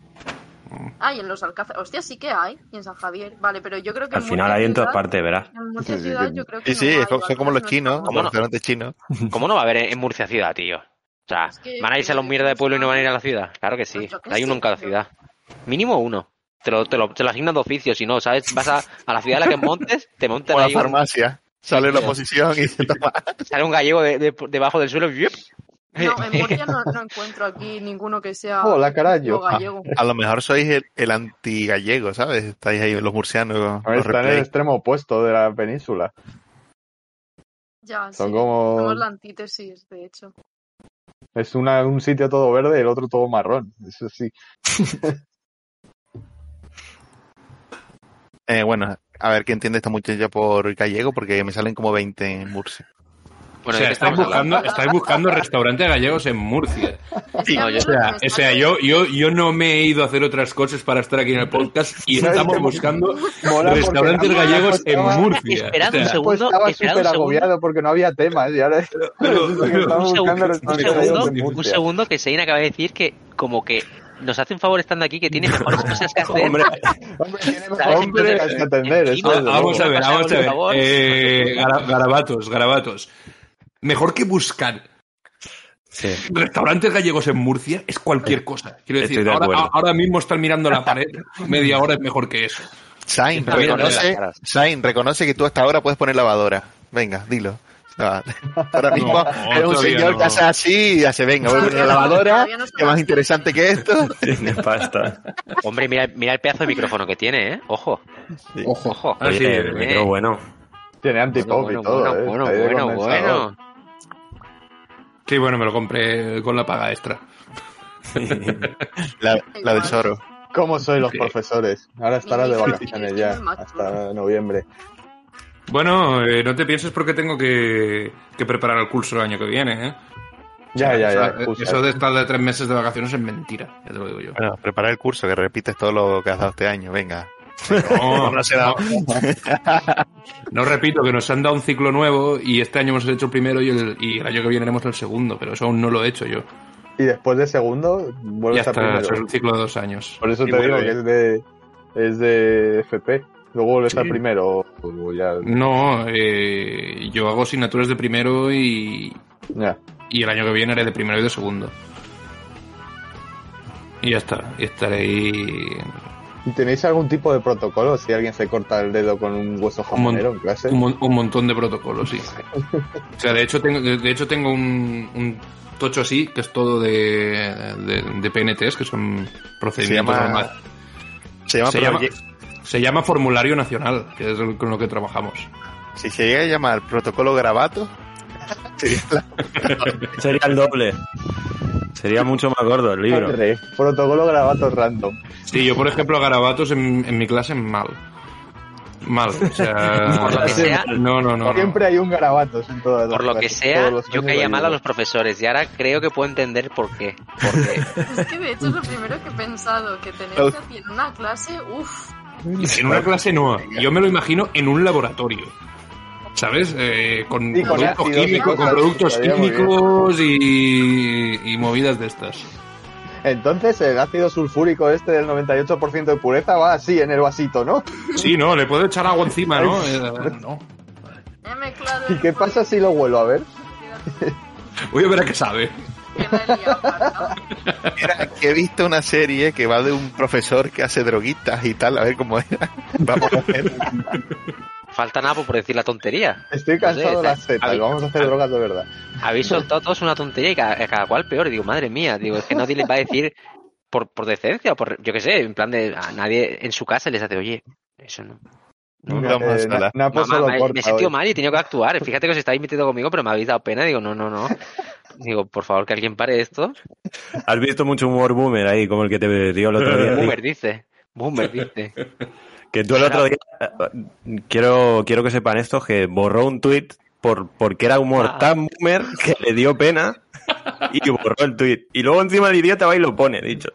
C: Mm.
J: Ay, en los Alcázares. Hostia, sí que hay. Y en San Javier. Vale, pero yo creo que
C: al
J: en
C: final
J: muchas
C: hay en todas
J: ciudades-
C: partes, verás.
J: En muchas
A: Sí, sí,
J: ciudades
A: que-
J: yo creo que
F: Sí, sí,
J: no hay,
F: son
J: al
F: como
J: menos
F: los
J: no
F: chinos,
J: estamos.
F: como los
B: no?
F: restaurantes chinos.
B: ¿Cómo no va a haber en Murcia ciudad, tío? O sea,
J: Es que-
B: ¿van a irse a los mierda de pueblo y no van a ir a la ciudad? Claro que sí.
J: Pues yo qué
B: Hay uno
J: sé,
B: en cada
J: tío.
B: ciudad. Mínimo uno. Te lo, te lo, te lo asignan de oficio, si no, ¿sabes? Vas a, a la ciudad a la que montes, te montan
F: Como la
B: ahí un-
F: farmacia. Sale la oposición y se toma.
B: sale un gallego de- de- debajo del suelo. ¡yup!
J: No, en Murcia no, no encuentro aquí ninguno que sea
A: Hola, carajo. Ah,
J: o gallego.
F: A lo mejor sois el, el anti-gallego, ¿sabes? Estáis ahí los murcianos.
A: A ver,
F: Los
A: está en el
F: replay.
A: extremo opuesto de la península.
J: Ya,
A: Son
J: sí.
A: como-
J: Somos la antítesis, de hecho.
A: Es una, un sitio todo verde y el otro todo marrón. Eso sí.
F: Eh, bueno, a ver qué entiende esta muchacha por gallego, porque me salen como 20 en Murcia.
B: Bueno,
E: o sea,
B: ¿de qué
E: estáis
B: estamos
E: buscando,
B: hablando?
E: estáis buscando restaurantes gallegos en Murcia.
J: Sí,
B: no, yo-
J: o sea,
E: O sea, yo, yo, yo no me he ido a hacer otras cosas para estar aquí en el podcast y
A: ¿Sabes
E: estamos
A: qué?
E: buscando
A: Mola porque
E: restaurantes
A: antes
E: gallegos en
A: estaba-
E: Murcia.
B: Esperad un
E: O sea,
B: segundo.
A: Pues estaba
B: esperad un
A: súper agobiado
B: segundo.
A: porque no había temas. Y ahora
E: pero-
A: resulta que estamos
B: Un
A: buscando
B: segundo, un
A: restaurantes
B: segundo,
A: gallegos en
B: un
A: Murcia.
B: segundo, que Sein acaba de decir que como que nos hace un favor estando aquí, que tiene mejores cosas que hacer.
C: Hombre,
A: Hombre, tiene
B: ¿sabes?
A: mejor
B: Entonces,
A: podcast que atender.
B: encima,
A: eso desde
E: vamos
A: luego.
E: a ver,
B: Pasamos,
E: vamos a
B: por
E: ver.
B: favor.
E: Eh, gara- garabatos, garabatos. Mejor que buscar
C: sí.
E: restaurantes gallegos en Murcia es cualquier cosa. Quiero decir,
C: Estoy de
E: ahora,
C: acuerdo.
E: ahora mismo estar mirando la pared media hora es mejor que eso.
F: Sain,
B: Está bien,
F: reconoce,
B: las caras.
F: Sain, reconoce que tú hasta ahora puedes poner lavadora. Venga, dilo. No, ahora
H: No,
F: mismo es un
H: todavía
F: señor
H: no.
F: que hace así y hace, venga, voy a poner la
H: Todavía no,
F: lavadora,
H: todavía no
F: que más interesante que esto. Tiene
C: pasta.
B: Hombre, mira, mira el pedazo de micrófono que tiene, ¿eh? Ojo.
F: Ojo.
B: Ojo. eh.
C: Ah, sí, el micro bueno.
A: Tiene antipop
B: Bueno,
A: y todo.
B: bueno,
A: ¿eh?
B: bueno,
A: Está ahí de
B: bueno,
A: condensador.
B: bueno.
E: Sí, bueno, me lo compré con la paga extra.
F: la, la del Zorro.
A: ¿Cómo soy los profesores? Ahora estará de vacaciones ya, hasta noviembre.
E: Bueno, eh, no te pienses porque tengo que, que preparar el curso el año que viene, ¿eh?
A: Ya, ya, ya.
E: Eso- eh,
A: excusas.
E: Eso de estar de tres meses de vacaciones es mentira, ya te lo digo yo.
F: Bueno, preparar el curso, que repites todo lo que has dado este año, venga.
E: No,
F: no se da.
E: No repito, que nos han dado un ciclo nuevo y este año hemos hecho el primero y el, y el año que viene haremos el segundo, pero eso aún no lo he hecho yo.
A: Y después de segundo,
E: Ya
A: vuelves a
E: está,
A: primero.
E: eso es un ciclo de dos años.
A: Por eso
E: Y
A: te
E: bueno,
A: digo que es de, es de FP. Luego vuelves a primero. o ya-
E: No, eh, yo hago asignaturas de primero y,
A: Ya.
E: y el año que viene haré de primero y de segundo. Y ya está, y estaré ahí
A: ¿Y tenéis algún tipo de protocolo si alguien se corta el dedo con un hueso jamonero en clase?
E: un, mon- un montón de protocolos, sí. O sea, de hecho tengo, de de hecho tengo un, un tocho así, que es todo de, de, de PNTs, que son procedimientos
F: Se llama-
E: normales.
F: se llama
E: se llama,
F: proye-
E: se llama formulario nacional, que es el- con lo que trabajamos.
F: Si se llega a llamar protocolo gravato, sería la-
C: Sería el doble. Sería mucho más gordo el libro.
A: Arre, Ah, protocolo gravato random.
E: Sí, yo por ejemplo garabatos en, en mi clase mal. Mal, o
B: Por lo que sea-
E: sea... no, no, no, no.
A: Siempre hay un garabato en todas las
B: Por lo que
A: clases,
B: sea,
A: todos los
B: yo
A: años
B: caía
A: hay
B: mal
A: uno.
B: a los profesores y ahora creo que puedo entender por qué.
J: Es que de hecho es lo primero que he pensado, que tener
E: Los-
J: que hacer en una clase, uff,
E: En una clase no, yo me lo imagino en un laboratorio. ¿Sabes? Eh, con,
A: Y con
E: productos
A: ácidos y
E: químicos, con
A: cosas,
E: productos
A: estaría muy bien.
E: químicos y, y movidas de estas.
A: Entonces el ácido sulfúrico este del 98% de pureza va así en el vasito, ¿no?
E: Sí, no, le puedo echar agua encima, ¿no? Eh, no.
J: he mezclado
A: ¿Y qué pasa si lo vuelvo a ver?
E: Voy a ver a qué sabe.
F: Mira, que he visto una serie que va de un profesor que hace droguitas y tal, a ver cómo era. Vamos a ver.
B: Falta nada por decir la tontería.
A: Estoy
B: No sé,
A: cansado de
B: está-
A: las setas,
B: habéis-
A: vamos a hacer drogas de verdad.
B: Habéis soltado todos una tontería y cada, cada cual peor. Y digo, madre mía, digo, es que nadie les va a decir por, por decencia o por, yo qué sé, en plan de a nadie en su casa les hace, oye, eso no.
F: No, vamos a
A: Eh,
F: hacerla.
A: Na- Napo se
B: Mamá,
A: lo
B: me, me he
A: corta
B: sentido
A: hoy.
B: mal y he tenido que actuar. Fíjate que os estáis metiendo conmigo, pero me habéis dado pena. Digo, no, no, no. Digo, por favor, que alguien pare esto.
C: ¿Has visto mucho humor boomer ahí, como el que te dio el otro día?
B: Boomer dice. Boomer dice.
C: Que tú el otro día, eh, quiero, quiero que sepan esto, que borró un tweet por, porque era humor
B: Ah.
C: tan boomer que le dio pena y borró el tweet. Y luego encima el idiota va y lo pone, dicho.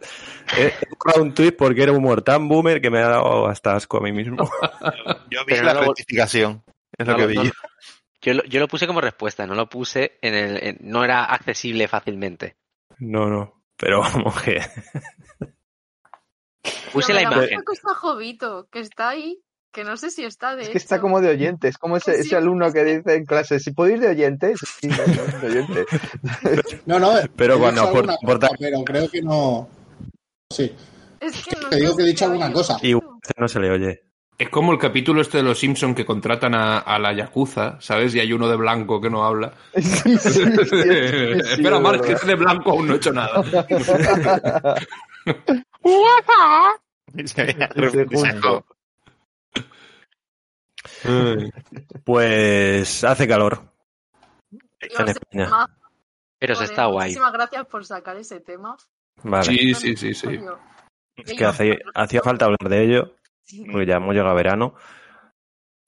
C: He, he borrado un tweet porque era humor tan boomer que me ha dado hasta asco a mí mismo.
F: Yo vi
B: Pero
F: la
B: no lo-
F: rectificación, es lo
B: no
F: que
B: lo- no
F: vi.
B: lo- Yo lo, yo lo puse como respuesta, no lo puse en el. en- no era accesible fácilmente.
C: No, no. Pero vamos que...
B: Puse la imagen.
J: que está Jovito, que está ahí, que no sé si está de
A: Es que está como de oyente, es como ese,
J: Sí.
A: ese alumno que dice en clase, si puedo ir de oyente, sí, no, no, de oyente.
D: No, no.
C: Pero
D: he
C: cuando
D: dicho
C: aporta-
D: alguna
C: aporta-
D: cosa, Pero creo que no. Sí.
J: Es que no
D: Te digo que he dicho alguna cosa.
C: Igual no se le oye.
E: Es como el capítulo este de los Simpson que contratan a, a la Yakuza, ¿sabes? Y hay uno de blanco que no habla. Espera,
H: es
E: Mark,
H: verdad.
E: que este de blanco aún no he hecho nada.
F: Se ve la
A: Ese
F: repetición.
A: punto.
C: Pues hace calor. En España. Pero se
J: Joder,
C: está guay.
J: Muchísimas gracias por sacar ese tema.
C: Vale.
E: Sí, sí, sí, sí.
J: Coño.
C: Es que hace- hacía falta hablar de ello, porque ya hemos llegado a verano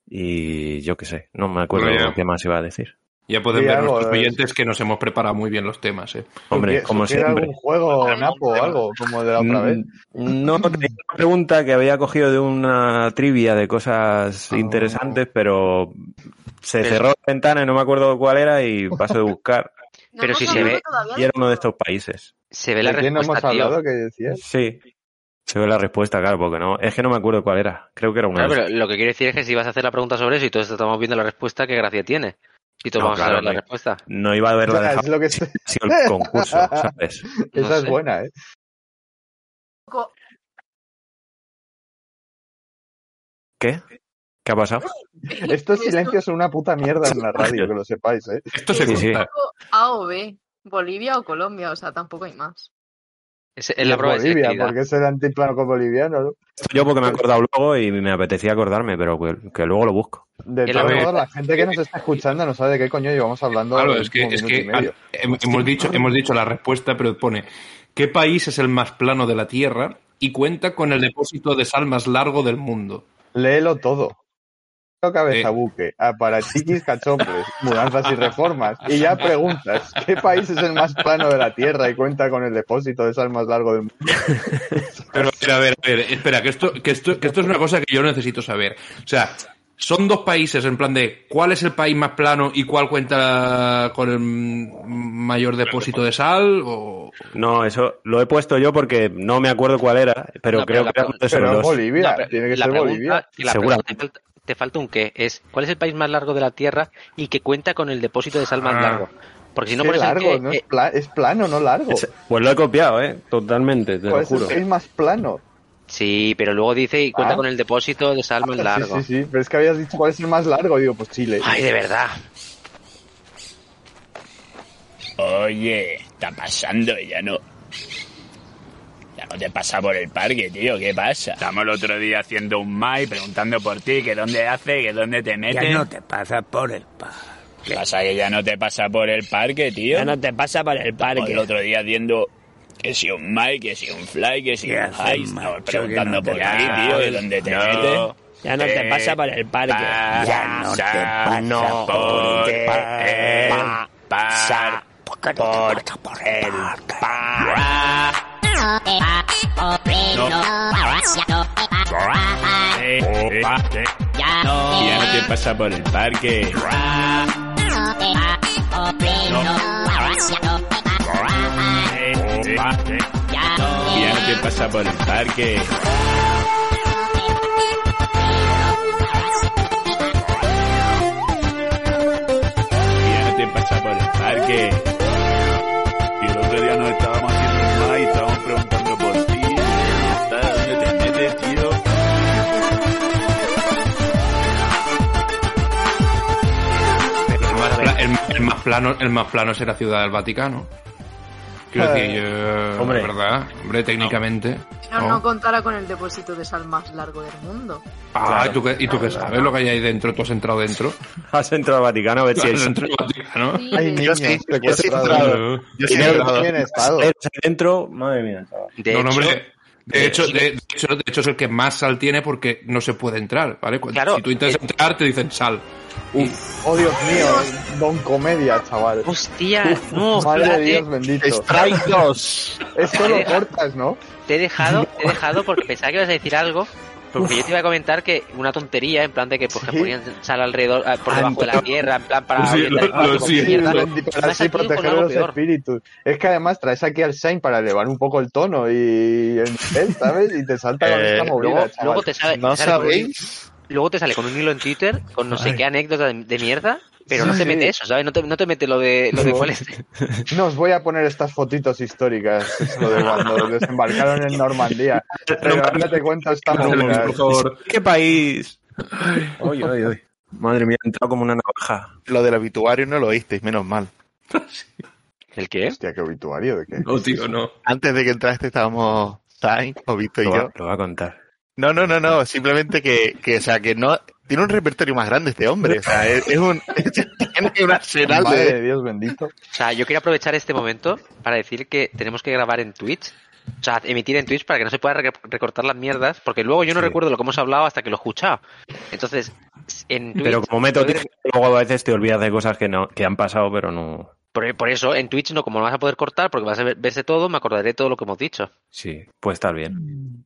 C: y yo qué sé, no me acuerdo
E: Bueno, ya.
C: qué más iba a decir.
E: Ya pueden
A: Di
E: ver
A: algo,
E: nuestros
A: eh.
E: oyentes que nos hemos preparado muy bien los temas, ¿eh?
C: Hombre, como
A: ¿Sugiere
C: siempre.
A: algún juego, Napo, o algo como de la otra vez?
C: Mm, No, tenía una pregunta que había cogido de una trivia de
A: Ah.
C: cosas interesantes, pero se cerró la ventana y no me acuerdo cuál era y paso de buscar.
B: No Pero hemos si se hablado ve- todavía
C: Y
B: de
C: eh, era uno de estos países.
B: Se ve la
A: ¿De quién no hemos
B: respuesta, tío.
A: hablado que decías?
C: Sí. Se ve la respuesta, claro, porque no. Es que no me acuerdo cuál era. Creo que era una
B: Claro,
C: de
B: pero lo que quiero decir es que si vas a hacer la pregunta sobre eso y todos estamos viendo la respuesta, ¿qué gracia tiene? Y todos
C: No,
B: vamos
C: claro,
B: a ver la
C: no.
B: respuesta.
C: No iba a haberla
A: Ya,
C: dejado.
A: es lo que estoy-
C: Ha sido el concurso, ¿sabes?
A: Esa
C: No
A: es
C: sé.
A: buena, ¿eh?
J: Co-
C: ¿Qué? ¿Qué ha pasado?
A: Estos silencios son una puta mierda en la radio, que lo sepáis, ¿eh?
E: Esto
J: Es un poco A o B, Bolivia o Colombia, o sea, tampoco hay más.
B: Es, es la prueba de
A: Bolivia,
B: selectividad.
A: porque es el antiplano boliviano, ¿no?
C: Yo porque me he acordado luego y me apetecía acordarme, pero que, que luego lo busco.
A: De
C: El
A: todos
C: hombre-
A: modos, la gente que nos está escuchando no sabe de qué coño llevamos hablando.
E: Claro,
A: el
E: es que,
A: último
E: es
A: minuto
E: que
A: y medio.
E: ah, hem- hemos, dicho, hemos dicho la respuesta, pero pone, ¿qué país es el más plano de la Tierra y cuenta con el depósito de sal más largo del mundo?
A: Léelo todo. Toca Cabeza buque, a para chiquis cachombres, mudanzas y reformas. Y ya preguntas, ¿qué país es el más plano de la Tierra y cuenta con el depósito de sal más largo del mundo?
E: Pero, pero, a ver, a ver, espera, que esto, que, esto, que esto es una cosa que yo necesito saber. O sea, son dos países en plan de cuál es el país más plano y cuál cuenta con el mm, mayor depósito de sal o...
C: No, eso lo he puesto yo porque no me acuerdo cuál era, pero
B: No,
C: creo
B: la
C: que era
B: pregun-
C: uno de esos dos.
B: La pre- la pregunta- y la pregunta te falta- te falta un qué. Es, ¿cuál es el país más largo de la Tierra y que cuenta con el depósito de sal más
C: Ah.
B: largo? Porque si no
A: Es que
B: pones el
A: largo,
B: qué,
A: no
B: eh,
A: es, pla- es plano, no largo.
C: Ese- Pues lo he copiado, ¿eh? Totalmente, te
A: ¿Cuál
C: lo
A: es el
C: juro.
A: país más plano?
B: Sí, pero luego dice y cuenta
A: Ah.
B: con el depósito de sal más
A: Ah,
B: largo.
A: Sí, sí, sí, pero es que habías dicho cuál es el más largo. Digo, pues Chile.
B: Ay, de verdad.
N: Oye, está pasando, ya no. Ya no te pasa por el parque, tío, ¿qué pasa? Estamos el otro día haciendo un mai preguntando por ti, que dónde hace, que dónde te metes.
O: no
N: te pasa por el parque. ¿Qué pasa que ya no te pasa por el parque, tío?
O: Ya no te pasa por el parque.
N: El otro día haciendo que si un mai, que si un fly, que si
O: ¿Qué
N: un
O: haces,
N: high, estamos
O: macho,
N: preguntando
O: que no
N: por
O: te
N: ti,
O: pasa
N: tío,
O: por
N: que
O: el-
N: dónde te
O: No.
N: metes.
O: Ya no te
N: Eh,
O: pasa por el parque. Ya no te pasa
N: no
O: por el
N: pa- pasar por el parque.
O: Ya
N: Y ya no te pasa por el parque. Y ya no te pasa por el parque. Y ya no te pasa por el parque. Y el otro día nos estábamos haciendo un y estábamos preguntando por ti. ¿Dónde te metes, tío?
E: El más, pla- el- el más plano, el más plano será Ciudad del Vaticano. Quiero decir, eh,
C: Hombre.
E: ¿verdad? Hombre, técnicamente.
J: Pero
E: ¿no?
J: no contara con el depósito de sal más largo del mundo.
E: Ah, ¿y, tú qué, y tú qué sabes lo que hay ahí dentro? ¿Tú has entrado dentro?
C: Has entrado al Vaticano a ver Pues si hay
E: Has
C: sal.
E: entrado al Vaticano.
A: Ay, niños, secuestrados.
C: Yo
A: sí he entrado. Bien estado.
C: Dentro, madre mía, chaval.
B: De
E: no, no,
B: hecho-
E: hombre. De hecho, de, de hecho, de hecho es el que más sal tiene porque no se puede entrar, ¿vale? Cuando- si tú intentas entrar, te dicen sal. Uf,
A: Oh, Dios mío, don comedia, chaval.
B: Hostia,
E: no,
A: Madre
B: espérate.
A: de Dios bendito.
B: Strike
A: 2. Esto lo cortas, ¿no?
B: Te he dejado, te he dejado porque pensaba que ibas a decir algo. Porque yo te iba a comentar que una tontería, en plan de que, pues, que ponían sal alrededor, ah, por debajo de la tierra, en plan para orientar el barco, mierda.
A: Para
B: Además,
A: así
B: aquí con
A: proteger
B: algo
A: los
B: peor.
A: espíritus. Es que además traes aquí al Shine para elevar un poco el tono y el nivel, ¿sabes? Y te salta con
B: Eh,
A: esta movida,
B: luego,
A: chaval.
B: luego te sale, te sale con un- luego te sale con un hilo en Twitter con no sé qué anécdota de, de mierda, pero no
A: Sí,
B: te
A: sí.
B: mete eso, ¿sabes? No te, no te mete lo de, lo de
A: No.
B: cuál es-
A: No, os voy a poner estas fotitos históricas esto de cuando desembarcaron en Normandía. Pero ahora te cuento esta movida.
C: ¿Qué país? Oye, oye, oye. Madre mía, he entrado como una navaja.
F: Lo del obituario no lo oísteis, menos mal.
B: ¿El qué?
A: Hostia, qué obituario, ¿de qué?
E: No, tío, no.
F: Antes de que entraste estábamos Time, Obito y
C: Lo
F: yo.
C: va, lo va a contar.
F: No, no, no, no. Simplemente que, que, o sea, que no. Tiene un repertorio más grande este hombre. O sea, es, es un. tiene un arsenal
B: Madre
F: de.
B: de
A: Dios bendito.
B: O sea, yo quería aprovechar este momento para decir que tenemos que grabar en Twitch. O sea, emitir en Twitch para que no se pueda re- recortar las mierdas, porque luego yo no recuerdo lo que hemos hablado hasta que lo he escuchado. Entonces, en Twitch...
C: Pero como meto
B: puedes-
C: tiempo, luego a veces te olvidas de cosas que, no, que han pasado, pero no.
B: por, por eso, en Twitch no, como no vas a poder cortar, porque vas a ver- verse todo, me acordaré de todo lo que hemos dicho.
C: Sí, puede estar bien.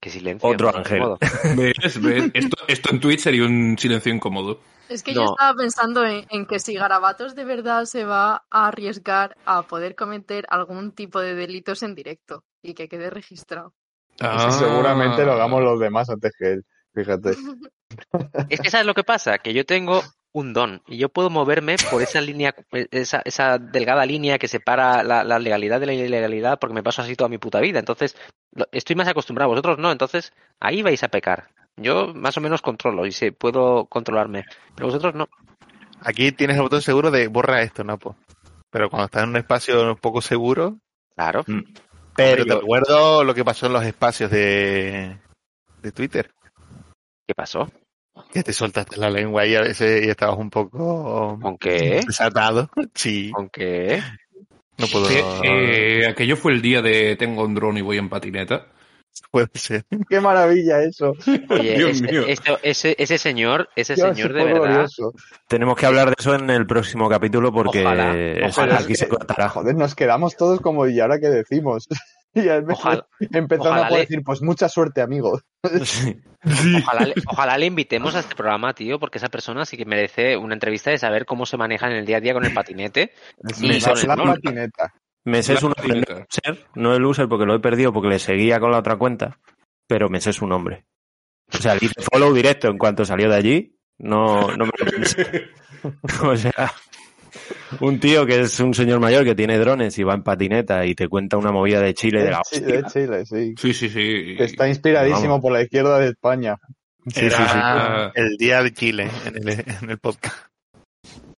B: Qué silencio.
C: Otro
B: madre,
C: ángel.
B: modo.
E: ¿Ves? ¿Ves? Esto, esto en Twitch sería un silencio incómodo.
J: Es que
E: No.
J: yo estaba pensando en, en que si Garabatos de verdad se va a arriesgar a poder cometer algún tipo de delitos en directo y que quede registrado.
B: Ah.
A: Es que seguramente lo hagamos los demás antes que él. Fíjate.
B: Es que sabes lo que pasa, que yo tengo un don y yo puedo moverme por esa línea, esa, esa delgada línea que separa la, la legalidad de la ilegalidad porque me paso así toda mi puta vida. Entonces, lo- estoy más acostumbrado, vosotros no, entonces ahí vais a pecar. Yo más o menos controlo y sé, puedo controlarme, pero vosotros no.
F: Aquí tienes el botón seguro de borra esto, Napo. Pero cuando estás en un espacio poco seguro.
B: Claro.
F: Pero te
B: Yo-
F: recuerdo lo que pasó en los espacios de, de Twitter.
B: ¿Qué pasó?
F: Que te soltaste la lengua y a veces y estabas un poco.
B: ¿Con qué?
F: Desatado. Sí.
B: ¿Con qué?
F: No puedo.
E: Eh, eh, aquello fue el día de tengo un dron y voy en patineta.
F: Puede ser.
A: Qué maravilla eso.
B: Oye,
E: Dios
B: ese,
E: mío.
B: esto- ese, ese señor, ese
A: Dios,
B: señor
A: qué
B: de verdad.
A: glorioso.
C: Tenemos que hablar de eso en el próximo capítulo porque
B: Ojalá,
C: es-
B: ojalá.
C: aquí se cortará.
A: Joder, nos quedamos todos como, ¿y ahora qué decimos? Y al-
B: Ojalá-
A: empezaron
B: ojalá
A: a poder
B: le-
A: decir, pues mucha suerte, amigo.
B: Ojalá, le- ojalá le invitemos a este programa, tío, porque esa persona sí que merece una entrevista de saber cómo se maneja en el día a día con el patinete.
C: Me
B: Y con el
C: la
B: dron.
A: patineta.
C: Me sé
B: La
C: su nombre, no el user, no el user porque lo he perdido porque le seguía con la otra cuenta, pero me sé su nombre. O sea, le hice follow directo en cuanto salió de allí. No, no me lo pensé. O sea, un tío que es un señor mayor que tiene drones y va en patineta y te cuenta una movida de Chile de la
A: Sí, de Chile, sí.
E: Sí, sí, sí.
A: Que está inspiradísimo
C: Vamos.
A: por la izquierda de España.
C: Sí, sí, sí.
F: Era El día de Chile en el, en el podcast.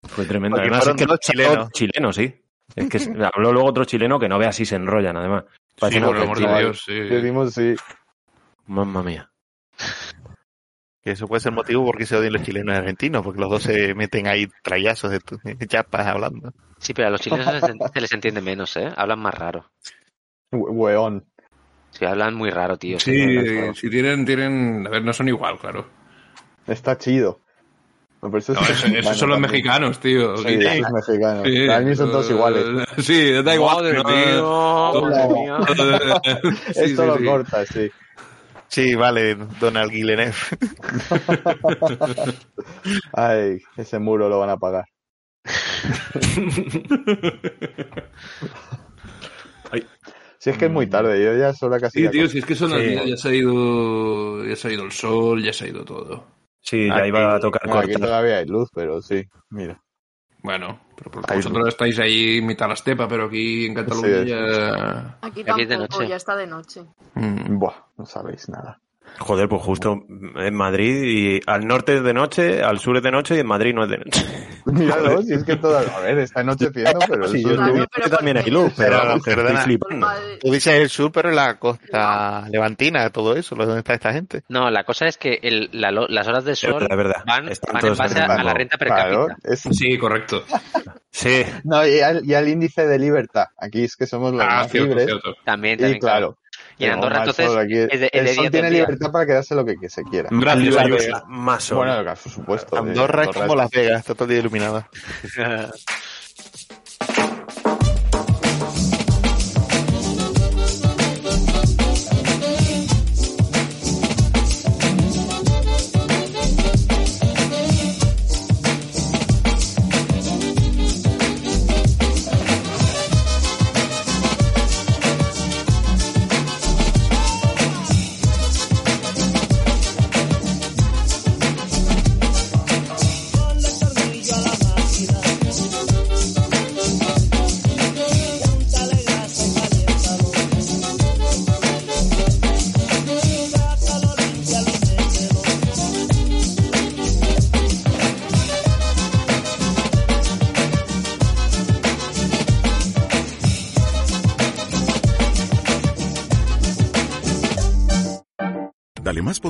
C: Fue tremendo.
F: Porque
C: Además, es
F: fueron
C: que
F: dos
C: chileno.
F: chilenos.
C: chileno, sí. Es que habló luego otro chileno que no veas si se enrollan, además. Parece
E: Sí,
C: una
E: por el amor de
C: auténtica-
E: Dios, sí.
A: Le dimos, sí.
C: Mamma mía.
F: Que eso puede ser motivo porque se odian los chilenos y argentinos, porque los dos se meten ahí trayazos de, de chapas hablando.
B: Sí, pero a los chilenos se les en- se les entiende menos, ¿eh? Hablan más raro.
A: Hue- Hueón.
B: Sí, hablan muy raro, tío.
E: Sí, eh, sí, tienen, tienen. A ver, no son igual, claro.
A: Está chido. No, pero eso
E: No, eso- esos son los mexicanos, tío.
A: Sí, esos mexicanos. Para mí son todos iguales.
E: Eh, Sí, da igual.
B: Madre
E: ¿no?
B: mía, madre mía.
E: Sí,
A: Esto
E: sí,
A: lo
E: sí.
A: corta, sí.
F: Sí, vale, Donald Guillenev.
A: Ay, ese muro lo van a pagar. Si es que es muy tarde, yo ya es hora casi.
E: Mm. Sí,
A: de
E: tío, si es que son las
A: Sí.
E: 10, ya se ha ido. Ya se ha ido el sol, ya se ha ido todo.
C: Sí, ya
A: Aquí-
C: iba a tocar
A: Bueno, aquí
C: cortar.
A: todavía hay luz, pero sí, mira.
E: Bueno, pero porque
A: Ahí-
E: vosotros estáis ahí mitad la estepa, pero aquí en Cataluña
A: Sí,
E: ya. Mm.
J: Aquí
B: Aquí es de
J: tampoco,
B: noche.
J: ya está de noche.
A: Buah, no sabéis nada.
C: Joder, pues justo en Madrid y al norte es de noche, al sur es de noche y en Madrid no es de noche.
A: Míralo, si es que todavía. A ver, está anocheciendo, pero.
C: Sí,
A: eso
C: yo
A: es
C: lo
A: muy-
C: vi, que también hay luz, pero
F: Pero,
C: vamos, que estoy
F: perdona.
C: flipando.
F: Tú dices el sur, pero la costa levantina, todo eso, lo- ¿dónde está esta gente?
B: No, la cosa es que el- la lo- las horas de sol
C: verdad, es verdad.
B: van,
C: Están
B: van en
C: todos en
B: base
C: el
B: a la
C: mismo-
B: renta per
A: Claro,
B: cápita.
A: es-
E: Sí, correcto.
C: Sí,
A: No, y al, y al índice de libertad. Aquí es que somos los
E: Ah,
A: más
E: cierto,
A: libres.
E: cierto.
A: Y
B: También, también,
A: claro.
B: Y en
A: tenemos
B: Andorra,
A: más
B: entonces,
A: sol aquí.
B: es de- es de
A: el
B: día
A: sol
B: todo
A: tiene
B: el día.
A: libertad para quedarse lo que que se quiera.
E: Gracias,
C: Libertad,
E: Ayuso.
C: más sol.
A: Bueno, por supuesto. eh,
F: Andorra es como
A: es-
F: Las Vegas, está todo el día iluminada.
P: Dale más